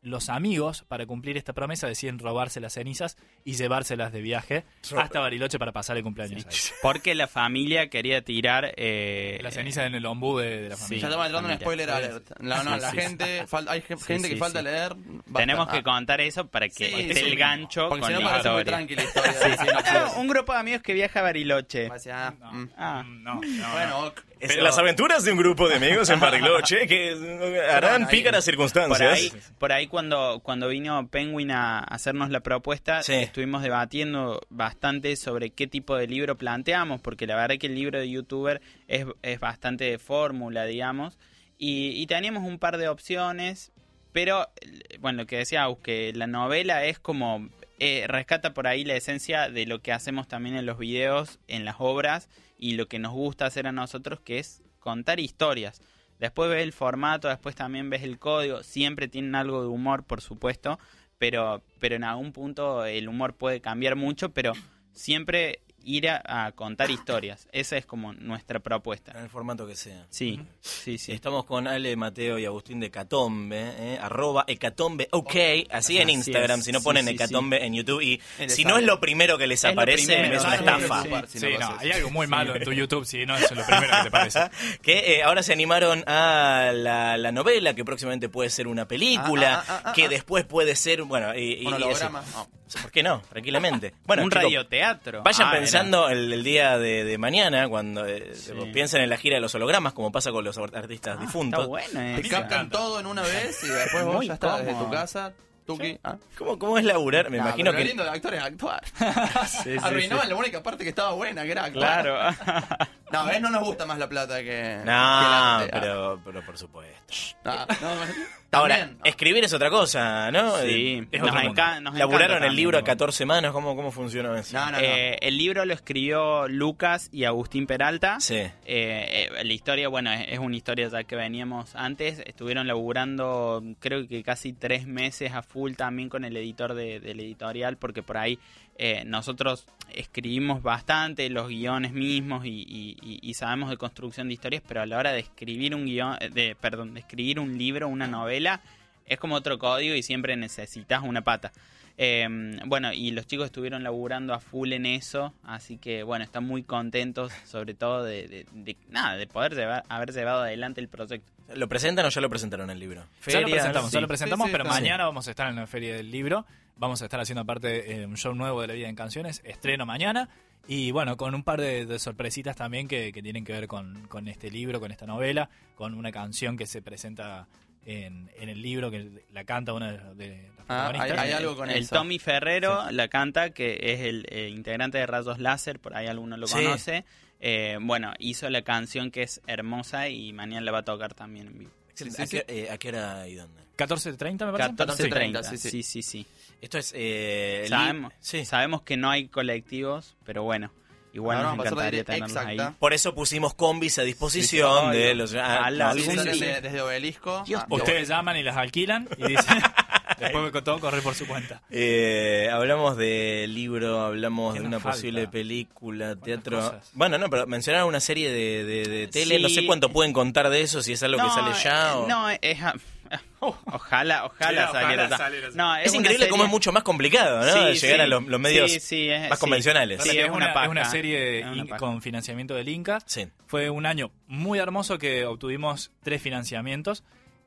[SPEAKER 3] los amigos para cumplir esta promesa deciden robarse las cenizas y llevárselas de viaje hasta Bariloche para pasar el cumpleaños. ahí.
[SPEAKER 4] Porque la familia quería tirar... eh,
[SPEAKER 3] La ceniza en el ombú de, de la familia.
[SPEAKER 4] Sí,
[SPEAKER 2] Ya estamos entrando en
[SPEAKER 4] mira,
[SPEAKER 2] spoiler
[SPEAKER 4] sí.
[SPEAKER 2] alert. No, no,
[SPEAKER 4] Sí,
[SPEAKER 2] la
[SPEAKER 4] sí,
[SPEAKER 2] gente, fal- hay ge-
[SPEAKER 4] Sí,
[SPEAKER 2] gente que
[SPEAKER 4] sí,
[SPEAKER 2] falta
[SPEAKER 4] sí.
[SPEAKER 2] leer. basta.
[SPEAKER 4] Tenemos que
[SPEAKER 2] Ah.
[SPEAKER 4] contar eso para que
[SPEAKER 2] Sí,
[SPEAKER 4] esté
[SPEAKER 2] sí,
[SPEAKER 4] el
[SPEAKER 2] sí.
[SPEAKER 4] gancho
[SPEAKER 2] Porque
[SPEAKER 4] con
[SPEAKER 2] si no
[SPEAKER 4] la
[SPEAKER 2] parece muy
[SPEAKER 4] historia.
[SPEAKER 2] tranquila historia. sí, no,
[SPEAKER 4] Ah, un grupo de amigos que viaja a Bariloche.
[SPEAKER 2] parece, ah, mm.
[SPEAKER 4] Ah,
[SPEAKER 3] No, no,
[SPEAKER 2] Bueno, ok.
[SPEAKER 1] Es
[SPEAKER 2] Pero-
[SPEAKER 1] Las aventuras de un grupo de amigos en Bariloche que eh, harán
[SPEAKER 2] Ahí.
[SPEAKER 1] pícaras
[SPEAKER 4] Por
[SPEAKER 1] circunstancias.
[SPEAKER 4] ahí, por ahí cuando, cuando vino Penguin a hacernos la propuesta,
[SPEAKER 1] Sí.
[SPEAKER 4] estuvimos debatiendo bastante sobre qué tipo de libro planteamos, porque la verdad que el libro de youtuber es, es bastante de fórmula, digamos, y, y teníamos un par de opciones, pero eh, bueno, lo que decía Aus, que la novela es como... eh, rescata por ahí la esencia de lo que hacemos también en los videos, en las obras y lo que nos gusta hacer a nosotros, que es contar historias. Después ves el formato, después también ves el código. Siempre tienen algo de humor, por supuesto. Pero, pero en algún punto el humor puede cambiar mucho, pero siempre ir a, a contar historias. Esa es como nuestra
[SPEAKER 1] En
[SPEAKER 4] propuesta.
[SPEAKER 1] el formato que sea.
[SPEAKER 4] Sí, sí, sí.
[SPEAKER 1] Estamos con Ale, Mateo y Agustín de Hecatombe, ¿eh? arroba Hecatombe, ok, así en
[SPEAKER 4] Así
[SPEAKER 1] Instagram,
[SPEAKER 4] es.
[SPEAKER 1] si no
[SPEAKER 4] Sí,
[SPEAKER 1] ponen
[SPEAKER 4] sí, sí.
[SPEAKER 1] Hecatombe en YouTube y
[SPEAKER 2] En
[SPEAKER 1] si
[SPEAKER 2] el
[SPEAKER 1] no es
[SPEAKER 2] sábado.
[SPEAKER 1] lo primero que les
[SPEAKER 4] Es lo
[SPEAKER 1] aparece,
[SPEAKER 4] primero,
[SPEAKER 1] es una
[SPEAKER 4] no, no, no,
[SPEAKER 1] estafa.
[SPEAKER 4] sí.
[SPEAKER 3] Sí, no, hay algo muy malo en tu YouTube, si no es lo primero que te parece.
[SPEAKER 1] Que eh, ahora se animaron a la, la novela, que próximamente puede ser una película,
[SPEAKER 2] Ah, ah, ah, ah,
[SPEAKER 1] que
[SPEAKER 2] ah.
[SPEAKER 1] después puede ser, bueno, y, y- y
[SPEAKER 2] Un
[SPEAKER 1] eso.
[SPEAKER 2] holograma. No.
[SPEAKER 1] ¿Por qué no? Tranquilamente. Bueno,
[SPEAKER 4] un
[SPEAKER 1] chicos,
[SPEAKER 4] radioteatro.
[SPEAKER 1] Vayan
[SPEAKER 4] Ah,
[SPEAKER 1] pensando el, el día de, de mañana, cuando eh,
[SPEAKER 4] Sí.
[SPEAKER 1] piensen en la gira de los hologramas, como pasa con los artistas
[SPEAKER 4] era-
[SPEAKER 1] difuntos.
[SPEAKER 4] Ah, Está bueno
[SPEAKER 2] Te
[SPEAKER 3] me
[SPEAKER 2] captan
[SPEAKER 3] encanta.
[SPEAKER 2] todo en una vez y después
[SPEAKER 4] Muy
[SPEAKER 2] vos ya estás desde
[SPEAKER 4] cómodo.
[SPEAKER 2] tu casa, tuki. ah.
[SPEAKER 1] ¿Cómo, ¿Cómo es laburar? Me
[SPEAKER 2] Nah,
[SPEAKER 1] imagino
[SPEAKER 2] pero lo
[SPEAKER 1] que
[SPEAKER 2] lindo de actor es actuar. Arruinaban la única parte que estaba buena, que era actuar.
[SPEAKER 4] Claro.
[SPEAKER 2] No, a ver, no nos gusta más la plata que.
[SPEAKER 1] No,
[SPEAKER 2] que la-
[SPEAKER 1] pero, pero por supuesto.
[SPEAKER 2] Ah, no, no.
[SPEAKER 1] Ahora,
[SPEAKER 2] También.
[SPEAKER 1] escribir es otra cosa, ¿no?
[SPEAKER 4] sí.
[SPEAKER 1] Es
[SPEAKER 4] Nos
[SPEAKER 1] otro mundo.
[SPEAKER 4] enca- nos
[SPEAKER 1] Laburaron
[SPEAKER 4] encanta
[SPEAKER 1] el libro a
[SPEAKER 4] también.
[SPEAKER 1] 14 manos, ¿cómo, cómo funcionó eso?
[SPEAKER 2] No, no, no.
[SPEAKER 4] Eh, el libro lo escribió Lucas y Agustín Peralta.
[SPEAKER 1] Sí.
[SPEAKER 4] Eh, eh, la historia, bueno, es, es una historia ya que veníamos antes. Estuvieron laburando, creo que casi tres meses a full también con el editor de, del editorial, porque por ahí eh, nosotros escribimos bastante los guiones mismos y, y- y- y sabemos de construcción de historias, pero a la hora de escribir un guión, eh, de, perdón, de escribir un libro, una novela, es como otro código y siempre necesitas una pata. Eh, bueno, y los chicos estuvieron laburando a full en eso, así que bueno, están muy contentos, sobre todo de, de- de- nada, de poder llevar, haber llevado adelante el proyecto.
[SPEAKER 1] ¿Lo presentan o ya lo presentaron el libro?
[SPEAKER 3] ya lo
[SPEAKER 1] Ferias,
[SPEAKER 3] presentamos, ya
[SPEAKER 1] sí.
[SPEAKER 3] lo presentamos,
[SPEAKER 2] Sí, sí,
[SPEAKER 3] pero
[SPEAKER 2] está.
[SPEAKER 3] mañana vamos a estar en la Feria del Libro. Vamos a estar haciendo parte de eh, un show nuevo de La Vida en Canciones, estreno mañana. Y bueno, con un par de, de sorpresitas también que, que tienen que ver con, con este libro, con esta novela, con una canción que se presenta en, en el libro, que la canta una de, de las
[SPEAKER 2] Ah, hay-
[SPEAKER 3] protagonistas.
[SPEAKER 2] hay algo con
[SPEAKER 4] el
[SPEAKER 2] eso.
[SPEAKER 4] Tommy Ferrero la canta, que es el eh, integrante de Rayos Láser, por ahí alguno lo
[SPEAKER 1] Sí.
[SPEAKER 4] conoce. Eh, bueno, hizo la canción que es hermosa y mañana la va a tocar también en vivo.
[SPEAKER 1] Excelente.
[SPEAKER 2] Sí, sí,
[SPEAKER 1] ¿A, qué, eh, a qué hora y dónde?
[SPEAKER 3] 14.30 me parece.
[SPEAKER 4] 14.30,
[SPEAKER 2] 14:30,
[SPEAKER 4] sí,
[SPEAKER 2] sí,
[SPEAKER 4] sí,
[SPEAKER 2] sí.
[SPEAKER 4] sí.
[SPEAKER 1] Esto es... Eh, el-
[SPEAKER 4] Sabemos,
[SPEAKER 1] Sí.
[SPEAKER 4] sabemos que no hay colectivos, pero bueno, igual
[SPEAKER 2] Ahora
[SPEAKER 4] nos
[SPEAKER 2] vamos a pasar la
[SPEAKER 4] encantaría
[SPEAKER 2] directa
[SPEAKER 4] tenerlos
[SPEAKER 2] exacta.
[SPEAKER 4] ahí.
[SPEAKER 1] Por eso pusimos combis a disposición
[SPEAKER 4] Sí, sí,
[SPEAKER 1] de
[SPEAKER 4] obvio.
[SPEAKER 1] los... ah,
[SPEAKER 4] A la-
[SPEAKER 2] Sí,
[SPEAKER 1] algún-
[SPEAKER 2] salen
[SPEAKER 4] sí.
[SPEAKER 2] de- desde obelisco.
[SPEAKER 4] Dios,
[SPEAKER 2] Ah,
[SPEAKER 3] Ustedes llaman y las alquilan y dicen... Después que todo corre por su cuenta.
[SPEAKER 1] Eh, hablamos de libro, hablamos
[SPEAKER 3] ¿Qué
[SPEAKER 1] de
[SPEAKER 3] nos
[SPEAKER 1] una
[SPEAKER 3] falta?
[SPEAKER 1] posible película, teatro.
[SPEAKER 3] cosas?
[SPEAKER 1] Bueno, no, pero mencionaron una serie de, de- de tele. No sé
[SPEAKER 4] Sí.
[SPEAKER 1] cuánto pueden contar de eso, si es algo que sale ya.
[SPEAKER 4] eh,
[SPEAKER 1] o- Oh.
[SPEAKER 4] No, es. a- Ojalá, ojalá
[SPEAKER 3] Sí,
[SPEAKER 4] saliera.
[SPEAKER 3] ojalá
[SPEAKER 4] ya.
[SPEAKER 3] saliera así.
[SPEAKER 4] No,
[SPEAKER 1] es
[SPEAKER 4] una
[SPEAKER 1] increíble cómo
[SPEAKER 4] serie-
[SPEAKER 1] es mucho más complicado, ¿no?
[SPEAKER 4] Sí,
[SPEAKER 1] De llegar
[SPEAKER 4] sí.
[SPEAKER 1] a los, los medios.
[SPEAKER 4] Sí, sí, es-
[SPEAKER 1] más
[SPEAKER 4] sí.
[SPEAKER 1] convencionales.
[SPEAKER 4] Sí,
[SPEAKER 1] Ahora
[SPEAKER 4] es una, paja.
[SPEAKER 3] es una serie
[SPEAKER 4] Es una
[SPEAKER 3] in-
[SPEAKER 4] paja.
[SPEAKER 3] con financiamiento del Inca.
[SPEAKER 1] Sí.
[SPEAKER 3] Fue un año muy hermoso que obtuvimos tres financiamientos.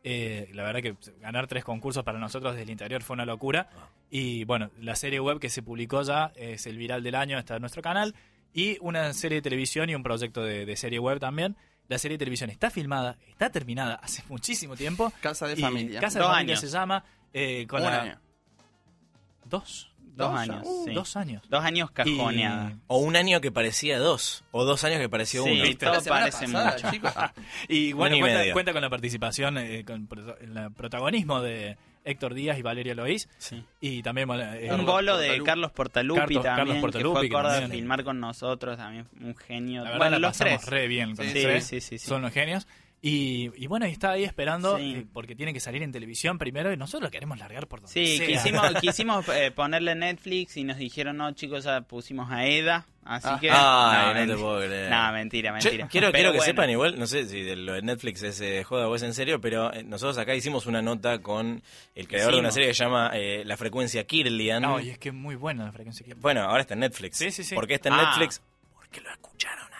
[SPEAKER 3] Eh, la verdad que ganar tres concursos para nosotros desde el interior fue una locura.
[SPEAKER 4] Ah.
[SPEAKER 3] Y bueno, la serie web que se publicó ya es el viral del año, está en nuestro canal. Y una serie de televisión y un proyecto de, de serie web también. La serie de televisión está filmada, está terminada hace muchísimo tiempo.
[SPEAKER 2] Casa de
[SPEAKER 3] Y
[SPEAKER 2] familia.
[SPEAKER 3] Casa de
[SPEAKER 4] Dos
[SPEAKER 3] Familia
[SPEAKER 4] años.
[SPEAKER 3] se llama. eh, con
[SPEAKER 2] Un
[SPEAKER 3] la-
[SPEAKER 2] año.
[SPEAKER 3] ¿Dos?
[SPEAKER 4] Dos años,
[SPEAKER 3] Uh,
[SPEAKER 4] sí.
[SPEAKER 3] Dos años.
[SPEAKER 4] Dos años cajoneada.
[SPEAKER 3] Y-
[SPEAKER 1] O un año que parecía dos, o dos años que parecía
[SPEAKER 4] Sí.
[SPEAKER 1] uno.
[SPEAKER 4] Todo
[SPEAKER 2] La semana
[SPEAKER 4] parece
[SPEAKER 2] pasada,
[SPEAKER 4] mucho.
[SPEAKER 2] chicos. Ah,
[SPEAKER 3] Y bueno,
[SPEAKER 1] y
[SPEAKER 3] cuenta,
[SPEAKER 1] medio.
[SPEAKER 3] cuenta con la participación, eh, con pro- el protagonismo de Héctor Díaz y Valeria Loís.
[SPEAKER 4] Sí.
[SPEAKER 3] Y también bueno, eh,
[SPEAKER 4] Un
[SPEAKER 2] Carlos
[SPEAKER 4] bolo de
[SPEAKER 2] Portalupi.
[SPEAKER 4] Carlos Portalupi
[SPEAKER 3] Carlos-
[SPEAKER 4] también,
[SPEAKER 3] Carlos Portalupi,
[SPEAKER 4] que
[SPEAKER 3] que
[SPEAKER 4] fue a Córdoba a
[SPEAKER 3] también.
[SPEAKER 4] filmar con nosotros, también un genio.
[SPEAKER 3] la verdad
[SPEAKER 4] bueno,
[SPEAKER 3] la
[SPEAKER 4] los
[SPEAKER 3] pasamos
[SPEAKER 4] tres.
[SPEAKER 3] re bien con
[SPEAKER 4] Sí,
[SPEAKER 3] los
[SPEAKER 4] sí,
[SPEAKER 3] tres.
[SPEAKER 4] sí, sí, sí.
[SPEAKER 3] Son los genios. Y, y bueno, y está ahí esperando
[SPEAKER 4] Sí.
[SPEAKER 3] eh, porque tiene que salir en televisión primero y nosotros lo queremos largar por donde
[SPEAKER 4] Sí,
[SPEAKER 3] sea.
[SPEAKER 4] quisimos, quisimos eh, ponerle Netflix y nos dijeron, no, chicos, ya pusimos a Eda, así
[SPEAKER 2] Ah.
[SPEAKER 4] que...
[SPEAKER 1] Ay,
[SPEAKER 4] no,
[SPEAKER 1] no,
[SPEAKER 4] mentira.
[SPEAKER 1] te puedo creer.
[SPEAKER 4] No, mentira,
[SPEAKER 1] Che,
[SPEAKER 4] mentira.
[SPEAKER 1] quiero,
[SPEAKER 4] Pero
[SPEAKER 1] quiero que
[SPEAKER 4] bueno.
[SPEAKER 1] sepan, igual, no sé si de lo de Netflix es eh, joda o es en serio, pero eh, nosotros acá hicimos una nota con el creador de una
[SPEAKER 4] Hicimos.
[SPEAKER 1] serie que se llama eh, La Frecuencia Kirlian.
[SPEAKER 3] No, y es que es muy buena la frecuencia. que-
[SPEAKER 1] Bueno, ahora está en Netflix.
[SPEAKER 3] Sí, sí, sí.
[SPEAKER 1] ¿Por qué está en
[SPEAKER 4] Ah.
[SPEAKER 1] Netflix? Porque lo escucharon acá.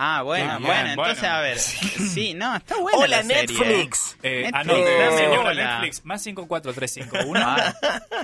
[SPEAKER 4] Ah, bueno,
[SPEAKER 3] Bien,
[SPEAKER 4] bueno,
[SPEAKER 3] bien,
[SPEAKER 4] entonces
[SPEAKER 3] bueno.
[SPEAKER 4] a ver. Sí, no, está buena
[SPEAKER 1] ¡Hola,
[SPEAKER 4] la serie, ¿eh?
[SPEAKER 1] Netflix!
[SPEAKER 3] Eh,
[SPEAKER 4] Netflix.
[SPEAKER 3] anote,
[SPEAKER 1] Oh.
[SPEAKER 3] señora
[SPEAKER 4] Hola.
[SPEAKER 3] Netflix, más 54351.
[SPEAKER 4] eh.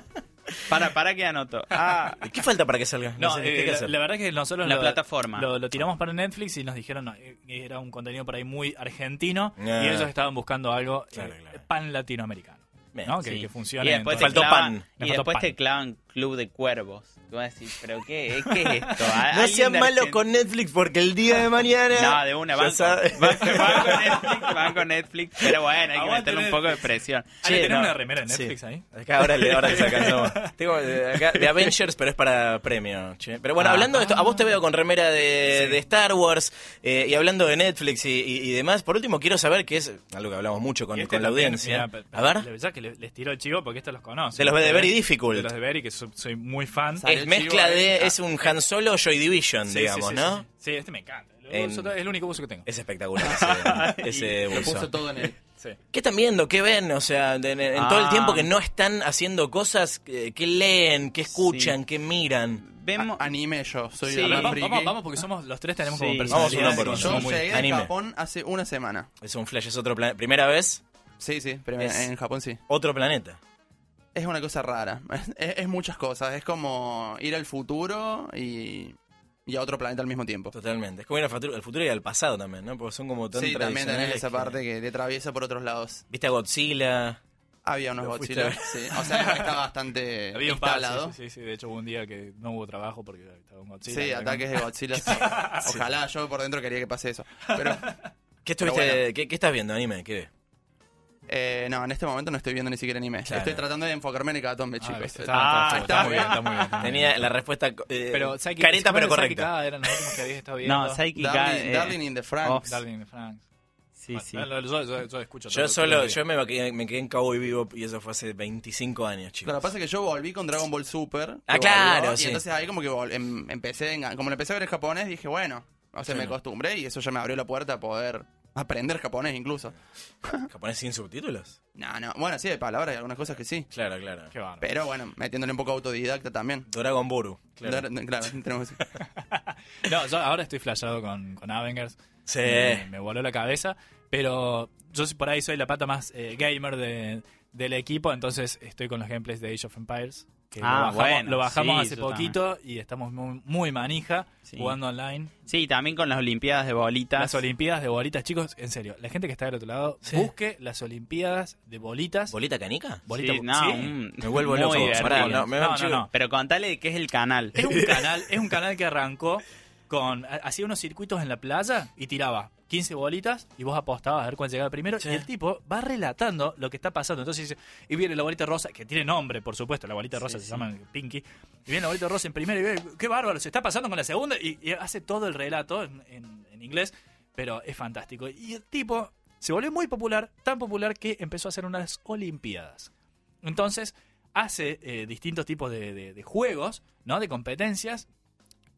[SPEAKER 4] Para, para que anoto. Ah,
[SPEAKER 1] ¿Qué falta para que salga? No,
[SPEAKER 3] No,
[SPEAKER 1] sé, ¿qué hay
[SPEAKER 3] eh,
[SPEAKER 1] que
[SPEAKER 3] la,
[SPEAKER 1] hacer?
[SPEAKER 3] la verdad que nosotros
[SPEAKER 4] La
[SPEAKER 3] lo,
[SPEAKER 4] plataforma.
[SPEAKER 3] Lo, lo tiramos para Netflix y nos dijeron no, eh, era un contenido por ahí muy argentino
[SPEAKER 1] Ah.
[SPEAKER 3] y ellos estaban buscando algo eh,
[SPEAKER 1] Claro, claro.
[SPEAKER 3] pan latinoamericano.
[SPEAKER 1] Bien,
[SPEAKER 3] ¿no?
[SPEAKER 4] sí.
[SPEAKER 3] que, que funcione.
[SPEAKER 4] Y
[SPEAKER 3] en
[SPEAKER 4] después,
[SPEAKER 3] todo-
[SPEAKER 1] entonces.
[SPEAKER 4] te
[SPEAKER 1] Faltó
[SPEAKER 4] clavan-
[SPEAKER 1] pan.
[SPEAKER 4] y
[SPEAKER 3] Le faltó
[SPEAKER 4] después te
[SPEAKER 3] pan.
[SPEAKER 4] clavan Club de Cuervos. Tú vas a decir, ¿pero qué, qué es esto?
[SPEAKER 1] no
[SPEAKER 4] ¿Alguien
[SPEAKER 1] sean
[SPEAKER 4] de
[SPEAKER 1] malos
[SPEAKER 4] Argen-
[SPEAKER 1] con Netflix porque el día de mañana.
[SPEAKER 4] No, de una,
[SPEAKER 1] ya
[SPEAKER 4] van con,
[SPEAKER 1] sabe-
[SPEAKER 4] van con- van con Netflix, van con Netflix. Pero bueno, hay que
[SPEAKER 3] Aguante
[SPEAKER 4] meterle un poco de presión.
[SPEAKER 3] Ah, ¿le
[SPEAKER 4] Che,
[SPEAKER 3] tenés
[SPEAKER 4] no.
[SPEAKER 3] una remera de
[SPEAKER 1] Sí.
[SPEAKER 3] Netflix ahí?
[SPEAKER 1] Acá ahora, le- ahora les alcanzamos. Tengo eh, acá de Avengers, pero es para premio. che. Pero bueno,
[SPEAKER 4] Ah.
[SPEAKER 1] hablando de esto, a vos te veo con remera de,
[SPEAKER 3] Sí.
[SPEAKER 1] de Star Wars eh, y hablando de Netflix y, y- y demás. Por último, quiero saber que es algo que hablamos mucho con,
[SPEAKER 3] Y este
[SPEAKER 1] con la
[SPEAKER 3] también,
[SPEAKER 1] audiencia.
[SPEAKER 3] mira, pe-
[SPEAKER 1] a ver,
[SPEAKER 3] le- Ya que le- les tiró el chivo porque estos los conoce.
[SPEAKER 1] de los de Very
[SPEAKER 3] De
[SPEAKER 1] Difficult.
[SPEAKER 3] los de Very, que es so- soy muy fan.
[SPEAKER 2] Sale
[SPEAKER 1] es
[SPEAKER 2] el
[SPEAKER 1] mezcla
[SPEAKER 2] chivo ahí.
[SPEAKER 1] de. Es un Han Solo Joy Division,
[SPEAKER 3] Sí,
[SPEAKER 1] digamos,
[SPEAKER 3] sí, sí,
[SPEAKER 1] ¿no?
[SPEAKER 3] Sí, sí. Sí, este me encanta. Lo
[SPEAKER 1] En-
[SPEAKER 3] uso todo- es el único uso que tengo.
[SPEAKER 1] Es
[SPEAKER 2] Ah,
[SPEAKER 1] espectacular ese, ese
[SPEAKER 2] Lo
[SPEAKER 1] buzo.
[SPEAKER 2] puso todo en él.
[SPEAKER 3] Sí.
[SPEAKER 1] ¿Qué están viendo? ¿Qué ven? O sea, de- en, en todo el
[SPEAKER 4] Ah.
[SPEAKER 1] tiempo que no están haciendo cosas, eh, ¿qué leen? ¿Qué escuchan?
[SPEAKER 4] Sí.
[SPEAKER 1] ¿Qué miran?
[SPEAKER 4] Vemos,
[SPEAKER 3] Ah,
[SPEAKER 2] A- anime yo, soy
[SPEAKER 4] Sí.
[SPEAKER 2] la más
[SPEAKER 4] Vamos,
[SPEAKER 3] Vamos,
[SPEAKER 2] friki.
[SPEAKER 3] vamos, vamos, porque somos los tres tenemos como
[SPEAKER 4] Sí.
[SPEAKER 1] Vamos uno
[SPEAKER 3] personalidades.
[SPEAKER 1] por
[SPEAKER 3] que
[SPEAKER 1] uno.
[SPEAKER 3] son
[SPEAKER 2] Yo
[SPEAKER 1] Somos
[SPEAKER 3] muy-
[SPEAKER 2] llegué
[SPEAKER 1] anime.
[SPEAKER 2] a Japón hace una semana.
[SPEAKER 1] Es un flash, es otro planeta. Primera vez,
[SPEAKER 2] Sí, sí, pero en-
[SPEAKER 1] Es-
[SPEAKER 2] en Japón sí.
[SPEAKER 1] otro planeta.
[SPEAKER 2] Es una cosa rara. Es, es muchas cosas. Es como ir al futuro y, y a otro planeta al mismo tiempo.
[SPEAKER 1] Totalmente. Es como ir al futuro, al futuro y al pasado también, ¿no? Porque son como tan
[SPEAKER 2] Sí, también tenés
[SPEAKER 1] tradicionales
[SPEAKER 2] esa
[SPEAKER 1] que-
[SPEAKER 2] parte que te atraviesa por otros lados.
[SPEAKER 1] Viste a Godzilla.
[SPEAKER 2] Había unos
[SPEAKER 1] Lo fuiste
[SPEAKER 2] Godzilla. Sí. O sea, está bastante
[SPEAKER 3] Había un par, sí,
[SPEAKER 2] instalado.
[SPEAKER 3] sí, sí, sí. De hecho, hubo un día que no hubo trabajo porque estaba un
[SPEAKER 2] Sí,
[SPEAKER 3] Godzilla. Era como-
[SPEAKER 2] ataques de Godzilla. sí. Ojalá, yo por dentro quería que pase eso. Pero
[SPEAKER 1] ¿Qué, estuviste,
[SPEAKER 2] Pero bueno.
[SPEAKER 1] ¿qué, qué estás viendo, anime? ¿Qué ves?
[SPEAKER 2] eh, no, en este momento no estoy viendo ni siquiera anime.
[SPEAKER 1] Claro.
[SPEAKER 2] Estoy tratando de enfocarme en el catombe,
[SPEAKER 3] Ah,
[SPEAKER 2] chicos. eh,
[SPEAKER 3] viste, está,
[SPEAKER 1] Ah,
[SPEAKER 3] está, está muy bien, está muy bien.
[SPEAKER 2] Ah,
[SPEAKER 3] está muy
[SPEAKER 1] Tenía
[SPEAKER 3] bien.
[SPEAKER 1] la respuesta eh,
[SPEAKER 3] pero, Psyche-
[SPEAKER 1] careta,
[SPEAKER 3] ¿se
[SPEAKER 1] pero
[SPEAKER 3] acuerdan de
[SPEAKER 1] correcta.
[SPEAKER 3] Psyche K? eran los últimos que había estado viendo.
[SPEAKER 4] no, Psychic
[SPEAKER 2] Darling, Darling in the Franks.
[SPEAKER 3] Darling Frank.
[SPEAKER 4] sí, sí.
[SPEAKER 3] Yo, yo- yo escucho todo-
[SPEAKER 1] Yo
[SPEAKER 3] todo
[SPEAKER 1] solo,
[SPEAKER 3] el día.
[SPEAKER 1] yo me quedé, me quedé en Cowboy Vivo y eso fue hace 25 años,
[SPEAKER 2] Lo
[SPEAKER 1] chicos.
[SPEAKER 2] que pasa es que yo volví con Dragon Ball Super. que
[SPEAKER 1] Ah, claro,
[SPEAKER 2] Y
[SPEAKER 1] sí.
[SPEAKER 2] entonces ahí como que vol- em- empecé, en- como lo empecé a ver en japonés, dije, bueno, o sea, me
[SPEAKER 1] Bueno.
[SPEAKER 2] acostumbré y eso ya me abrió la puerta a poder aprender japonés incluso.
[SPEAKER 1] Ah. ¿Japonés sin subtítulos?
[SPEAKER 2] No, no, bueno, sí, de palabras y algunas cosas que sí.
[SPEAKER 1] Claro, claro.
[SPEAKER 3] Qué bárbaro.
[SPEAKER 2] Pero bueno, metiéndole un poco autodidacta también.
[SPEAKER 1] Dragon Boru. Claro.
[SPEAKER 2] Dar- claro, tenemos-
[SPEAKER 3] No, yo ahora estoy flashado con, con Avengers.
[SPEAKER 1] Sí.
[SPEAKER 3] Me, me voló la cabeza. Pero yo sí por ahí soy la pata más eh, gamer de- del equipo. Entonces estoy con los gameplays de Age of Empires. Que
[SPEAKER 4] Ah,
[SPEAKER 3] lo bajamos,
[SPEAKER 4] bueno,
[SPEAKER 3] lo bajamos
[SPEAKER 4] sí,
[SPEAKER 3] hace
[SPEAKER 4] yo
[SPEAKER 3] poquito y estamos muy, muy manija
[SPEAKER 4] Sí.
[SPEAKER 3] jugando online.
[SPEAKER 4] Sí, también con las Olimpiadas de bolitas.
[SPEAKER 3] Las Olimpiadas de bolitas, chicos, en serio. La gente que está del otro lado,
[SPEAKER 1] Sí.
[SPEAKER 3] busque las Olimpiadas de bolitas.
[SPEAKER 1] ¿Bolita canica?
[SPEAKER 3] Bolita-
[SPEAKER 4] Sí, no,
[SPEAKER 3] sí.
[SPEAKER 4] un-
[SPEAKER 1] Me vuelvo
[SPEAKER 4] muy
[SPEAKER 1] loco.
[SPEAKER 4] divertido.
[SPEAKER 1] Pará, no, me-
[SPEAKER 3] No, no,
[SPEAKER 1] chico.
[SPEAKER 3] no.
[SPEAKER 4] Pero contale de qué es el canal.
[SPEAKER 3] Es un canal, es un canal que arrancó con ha- hacía unos circuitos en la playa y tiraba 15 bolitas y vos apostabas a ver cuál llegaba primero
[SPEAKER 1] Sí.
[SPEAKER 3] y el tipo va relatando lo que está pasando. Entonces dice, y viene la bolita rosa, que tiene nombre, por supuesto, la bolita rosa se llama Pinky. Y viene la bolita rosa en primero y ve, qué bárbaro, se está pasando con la segunda y, y hace todo el relato en, en- en inglés, pero es fantástico. Y el tipo se volvió muy popular, tan popular que empezó a hacer unas olimpiadas. Entonces, hace eh, distintos tipos de, de- de juegos, ¿no? De competencias.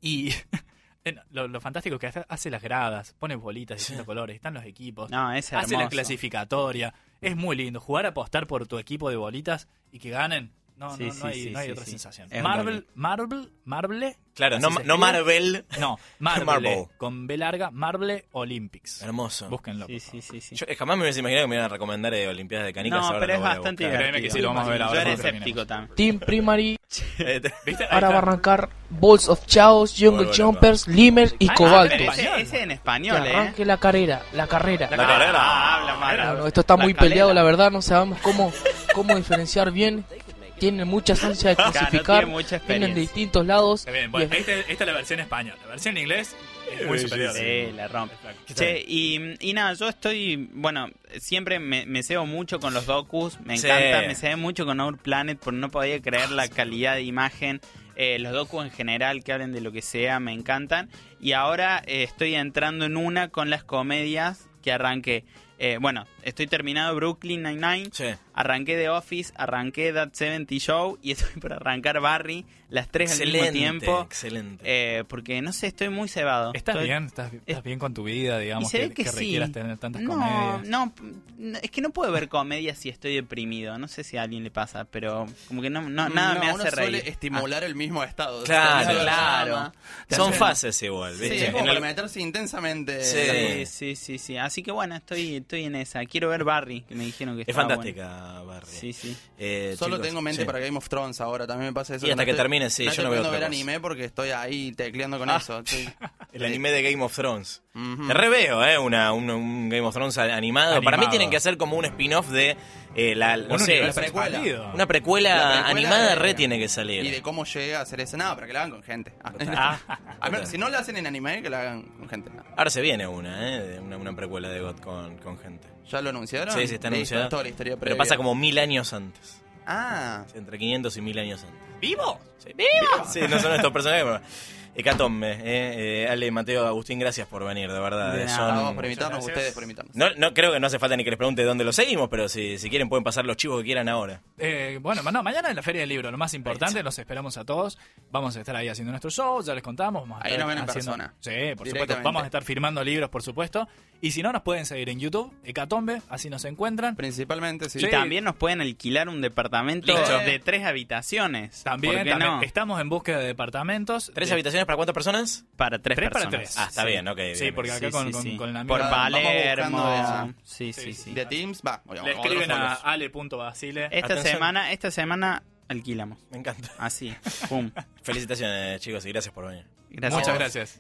[SPEAKER 3] Y en- lo, lo fantástico es que hace- hace las gradas, pone bolitas de distintos colores, están los equipos,
[SPEAKER 4] No, es hermoso.
[SPEAKER 3] hace la clasificatoria. Es muy lindo. Jugar a apostar por tu equipo de bolitas y que ganen. No, no,
[SPEAKER 4] Sí,
[SPEAKER 3] no
[SPEAKER 4] sí,
[SPEAKER 3] hay,
[SPEAKER 4] sí,
[SPEAKER 3] no hay
[SPEAKER 4] sí,
[SPEAKER 3] otra
[SPEAKER 4] sí.
[SPEAKER 3] sensación.
[SPEAKER 4] Es
[SPEAKER 3] Marvel, Marvel, Marble.
[SPEAKER 1] Claro,
[SPEAKER 3] así
[SPEAKER 1] no,
[SPEAKER 3] se
[SPEAKER 1] no
[SPEAKER 3] escribe.
[SPEAKER 1] Marvel.
[SPEAKER 3] No, Marble.
[SPEAKER 1] Marble.
[SPEAKER 3] Con B larga, Marble Olympics.
[SPEAKER 1] Hermoso.
[SPEAKER 3] Búsquenlo.
[SPEAKER 4] Sí,
[SPEAKER 3] por
[SPEAKER 4] sí,
[SPEAKER 3] favor.
[SPEAKER 4] sí, sí.
[SPEAKER 1] Yo eh, jamás me hubiese imaginado que me iban a recomendar eh, Olimpiadas de Canicas.
[SPEAKER 4] no,
[SPEAKER 1] ahora
[SPEAKER 4] pero
[SPEAKER 1] lo
[SPEAKER 4] es
[SPEAKER 1] voy a
[SPEAKER 4] bastante
[SPEAKER 1] buscar.
[SPEAKER 4] divertido.
[SPEAKER 3] Créeme que sí, lo vamos a ver ahora
[SPEAKER 4] Yo era
[SPEAKER 3] cuando terminemos.
[SPEAKER 4] escéptico también.
[SPEAKER 5] Team Primary.
[SPEAKER 1] Eh, te-
[SPEAKER 3] ¿Viste? Ahí
[SPEAKER 5] Ahora va a
[SPEAKER 3] está.
[SPEAKER 5] arrancar Balls of Chaos, Jungle
[SPEAKER 1] Muy bueno,
[SPEAKER 5] Jumpers, Limers y
[SPEAKER 4] Ah,
[SPEAKER 5] Cobalto.
[SPEAKER 4] pero ese, ese en
[SPEAKER 5] Que
[SPEAKER 4] español, ¿eh?
[SPEAKER 5] arranque la carrera, la carrera.
[SPEAKER 1] La carrera.
[SPEAKER 4] Ah, habla mal.
[SPEAKER 5] No, no, esto está
[SPEAKER 4] La
[SPEAKER 5] muy
[SPEAKER 4] escalera.
[SPEAKER 5] peleado, la verdad, no sabemos cómo, cómo diferenciar bien. Tienen muchas ansias de
[SPEAKER 4] Claro, no
[SPEAKER 5] clasificar,
[SPEAKER 4] tiene mucha
[SPEAKER 5] vienen de
[SPEAKER 4] experiencia.
[SPEAKER 5] distintos lados.
[SPEAKER 3] Está bien,
[SPEAKER 5] y
[SPEAKER 3] bueno,
[SPEAKER 5] es-
[SPEAKER 3] este- esta es la versión española. La versión en inglés es muy superior.
[SPEAKER 4] Sí, la rompe.
[SPEAKER 3] Exacto.
[SPEAKER 4] Che, y, y nada, yo estoy, bueno, siempre me, me cebo mucho con los docus, me
[SPEAKER 1] Sí.
[SPEAKER 4] encanta, me cebo mucho con Our Planet porque no podía creer la calidad de imagen, eh, los docus en general que hablen de lo que sea, me encantan, y ahora eh, estoy entrando en una con las comedias que arranqué, Eh, bueno, estoy terminado Brooklyn Nine-Nine,
[SPEAKER 1] Sí.
[SPEAKER 4] arranqué The Office, arranqué That 70 Show y estoy por arrancar Barry, las tres al
[SPEAKER 1] Excelente.
[SPEAKER 4] mismo tiempo,
[SPEAKER 1] Excelente.
[SPEAKER 4] eh, porque no sé, estoy muy cebado.
[SPEAKER 3] Estás
[SPEAKER 4] Estoy-
[SPEAKER 3] bien, estás, estás bien con tu vida, digamos,
[SPEAKER 4] Y se
[SPEAKER 3] que,
[SPEAKER 4] ve que
[SPEAKER 3] que
[SPEAKER 4] sí.
[SPEAKER 3] requieras tener tantas
[SPEAKER 4] No,
[SPEAKER 3] comedias.
[SPEAKER 4] no, p- no, es que no puedo ver comedia si estoy deprimido. No sé si a alguien le pasa, pero como que no, no- nada
[SPEAKER 2] No,
[SPEAKER 4] me
[SPEAKER 2] uno
[SPEAKER 4] hace
[SPEAKER 2] suele
[SPEAKER 4] reír. Ah.
[SPEAKER 2] estimular el mismo estado.
[SPEAKER 1] Claro,
[SPEAKER 2] Te hace
[SPEAKER 4] claro.
[SPEAKER 2] drama, te
[SPEAKER 1] Son
[SPEAKER 2] hace-
[SPEAKER 1] fases igual,
[SPEAKER 2] Sí,
[SPEAKER 1] ¿viste?
[SPEAKER 2] es como
[SPEAKER 1] En
[SPEAKER 2] para
[SPEAKER 1] el-
[SPEAKER 2] meterse intensamente.
[SPEAKER 1] Sí.
[SPEAKER 2] en la
[SPEAKER 4] Ah, sí, sí, sí, sí. Así que bueno, estoy, estoy en esa. Quiero ver Barry, que me dijeron que
[SPEAKER 1] Es
[SPEAKER 4] estaba
[SPEAKER 1] fantástica, Barry.
[SPEAKER 4] bueno. Sí, sí.
[SPEAKER 1] Eh,
[SPEAKER 2] Solo
[SPEAKER 1] chicos,
[SPEAKER 2] tengo mente
[SPEAKER 1] sí.
[SPEAKER 2] para Game of Thrones ahora, también me pasa eso.
[SPEAKER 1] Y hasta que
[SPEAKER 2] estoy-
[SPEAKER 1] termine, sí,
[SPEAKER 2] no
[SPEAKER 1] yo
[SPEAKER 2] estoy
[SPEAKER 1] no veo
[SPEAKER 2] pudiendo
[SPEAKER 1] otra
[SPEAKER 2] ver
[SPEAKER 1] cosa.
[SPEAKER 2] anime porque estoy ahí tecleando con
[SPEAKER 1] Ah.
[SPEAKER 2] eso. estoy-
[SPEAKER 1] El anime de Game of Thrones.
[SPEAKER 2] Ujú.
[SPEAKER 1] Te reveo, ¿eh? Una, un, un Game of Thrones animado. Para mí
[SPEAKER 3] Animado.
[SPEAKER 1] tienen que hacer como un spin-off de. eh, la, no
[SPEAKER 3] Un
[SPEAKER 1] sé,
[SPEAKER 3] universo
[SPEAKER 2] la precuela.
[SPEAKER 3] expandido.
[SPEAKER 1] una precuela,
[SPEAKER 2] La precuela
[SPEAKER 1] animada
[SPEAKER 2] de-
[SPEAKER 1] re tiene que salir.
[SPEAKER 2] Y de cómo llega a hacer ese nada, pero que la hagan con gente. Ah, a ver, si no la hacen en anime, que la hagan con gente.
[SPEAKER 1] Ahora se viene una, ¿eh? de Una, una precuela de God con, con gente.
[SPEAKER 2] ¿Ya lo anunciaron?
[SPEAKER 1] Sí, sí, está
[SPEAKER 2] Listo,
[SPEAKER 1] anunciada.
[SPEAKER 2] es toda la historia
[SPEAKER 1] Pero
[SPEAKER 2] previa.
[SPEAKER 1] pasa como mil años antes.
[SPEAKER 2] Ah,
[SPEAKER 1] Entre 500 y mil años antes.
[SPEAKER 3] ¿Vivo?
[SPEAKER 1] Sí, no son estos personajes. pero- Hecatombe, eh, eh, Ale, Mateo, Agustín, gracias por venir, de verdad. eh,
[SPEAKER 4] De nada,
[SPEAKER 1] son-
[SPEAKER 2] No, Ah, por invitarnos,
[SPEAKER 3] gracias.
[SPEAKER 2] ustedes por invitarnos.
[SPEAKER 1] no, no creo que no hace falta ni que les pregunte dónde lo seguimos, pero si, si quieren pueden pasar los chivos que quieran ahora.
[SPEAKER 3] Eh, bueno, ma- no, mañana en la Feria del Libro, lo más importante, los esperamos a todos. Vamos a estar ahí haciendo nuestro show, ya les contamos. Vamos a
[SPEAKER 2] Ahí
[SPEAKER 3] estar
[SPEAKER 2] nos ven en
[SPEAKER 3] haciendo-
[SPEAKER 2] persona.
[SPEAKER 3] Sí, por supuesto.
[SPEAKER 2] Directamente.
[SPEAKER 3] Vamos a estar firmando libros, por supuesto. Y si no, nos pueden seguir en YouTube, Hecatombe, así nos encuentran.
[SPEAKER 2] Principalmente, sí.
[SPEAKER 4] Y también nos pueden alquilar un departamento
[SPEAKER 1] Listo.
[SPEAKER 4] de tres habitaciones. ¿Por
[SPEAKER 3] También,
[SPEAKER 4] qué
[SPEAKER 3] también
[SPEAKER 4] no?
[SPEAKER 3] estamos en búsqueda de departamentos.
[SPEAKER 1] ¿Tres
[SPEAKER 3] De-
[SPEAKER 1] habitaciones para cuántas personas?
[SPEAKER 4] Para tres,
[SPEAKER 3] Tres para
[SPEAKER 4] personas.
[SPEAKER 3] tres.
[SPEAKER 1] Ah, está
[SPEAKER 3] Sí.
[SPEAKER 1] bien, ok,
[SPEAKER 3] Sí,
[SPEAKER 1] bien,
[SPEAKER 3] porque
[SPEAKER 1] bien.
[SPEAKER 3] acá
[SPEAKER 4] Sí,
[SPEAKER 3] con,
[SPEAKER 4] sí,
[SPEAKER 3] con-
[SPEAKER 4] sí.
[SPEAKER 3] con la
[SPEAKER 4] Por
[SPEAKER 3] amiga.
[SPEAKER 2] va- vamos
[SPEAKER 4] Palermo.
[SPEAKER 2] buscando de-
[SPEAKER 4] Sí, sí,
[SPEAKER 3] Sí,
[SPEAKER 4] sí.
[SPEAKER 2] De Teams, va. oye,
[SPEAKER 3] Le
[SPEAKER 2] otros
[SPEAKER 3] escriben a
[SPEAKER 2] follows.
[SPEAKER 3] ale.basile.
[SPEAKER 4] Esta
[SPEAKER 1] Atención.
[SPEAKER 4] semana, esta semana alquilamos.
[SPEAKER 1] Me encanta.
[SPEAKER 4] Así. Pum.
[SPEAKER 1] Felicitaciones, chicos, y gracias por venir.
[SPEAKER 4] Gracias.
[SPEAKER 3] Muchas gracias.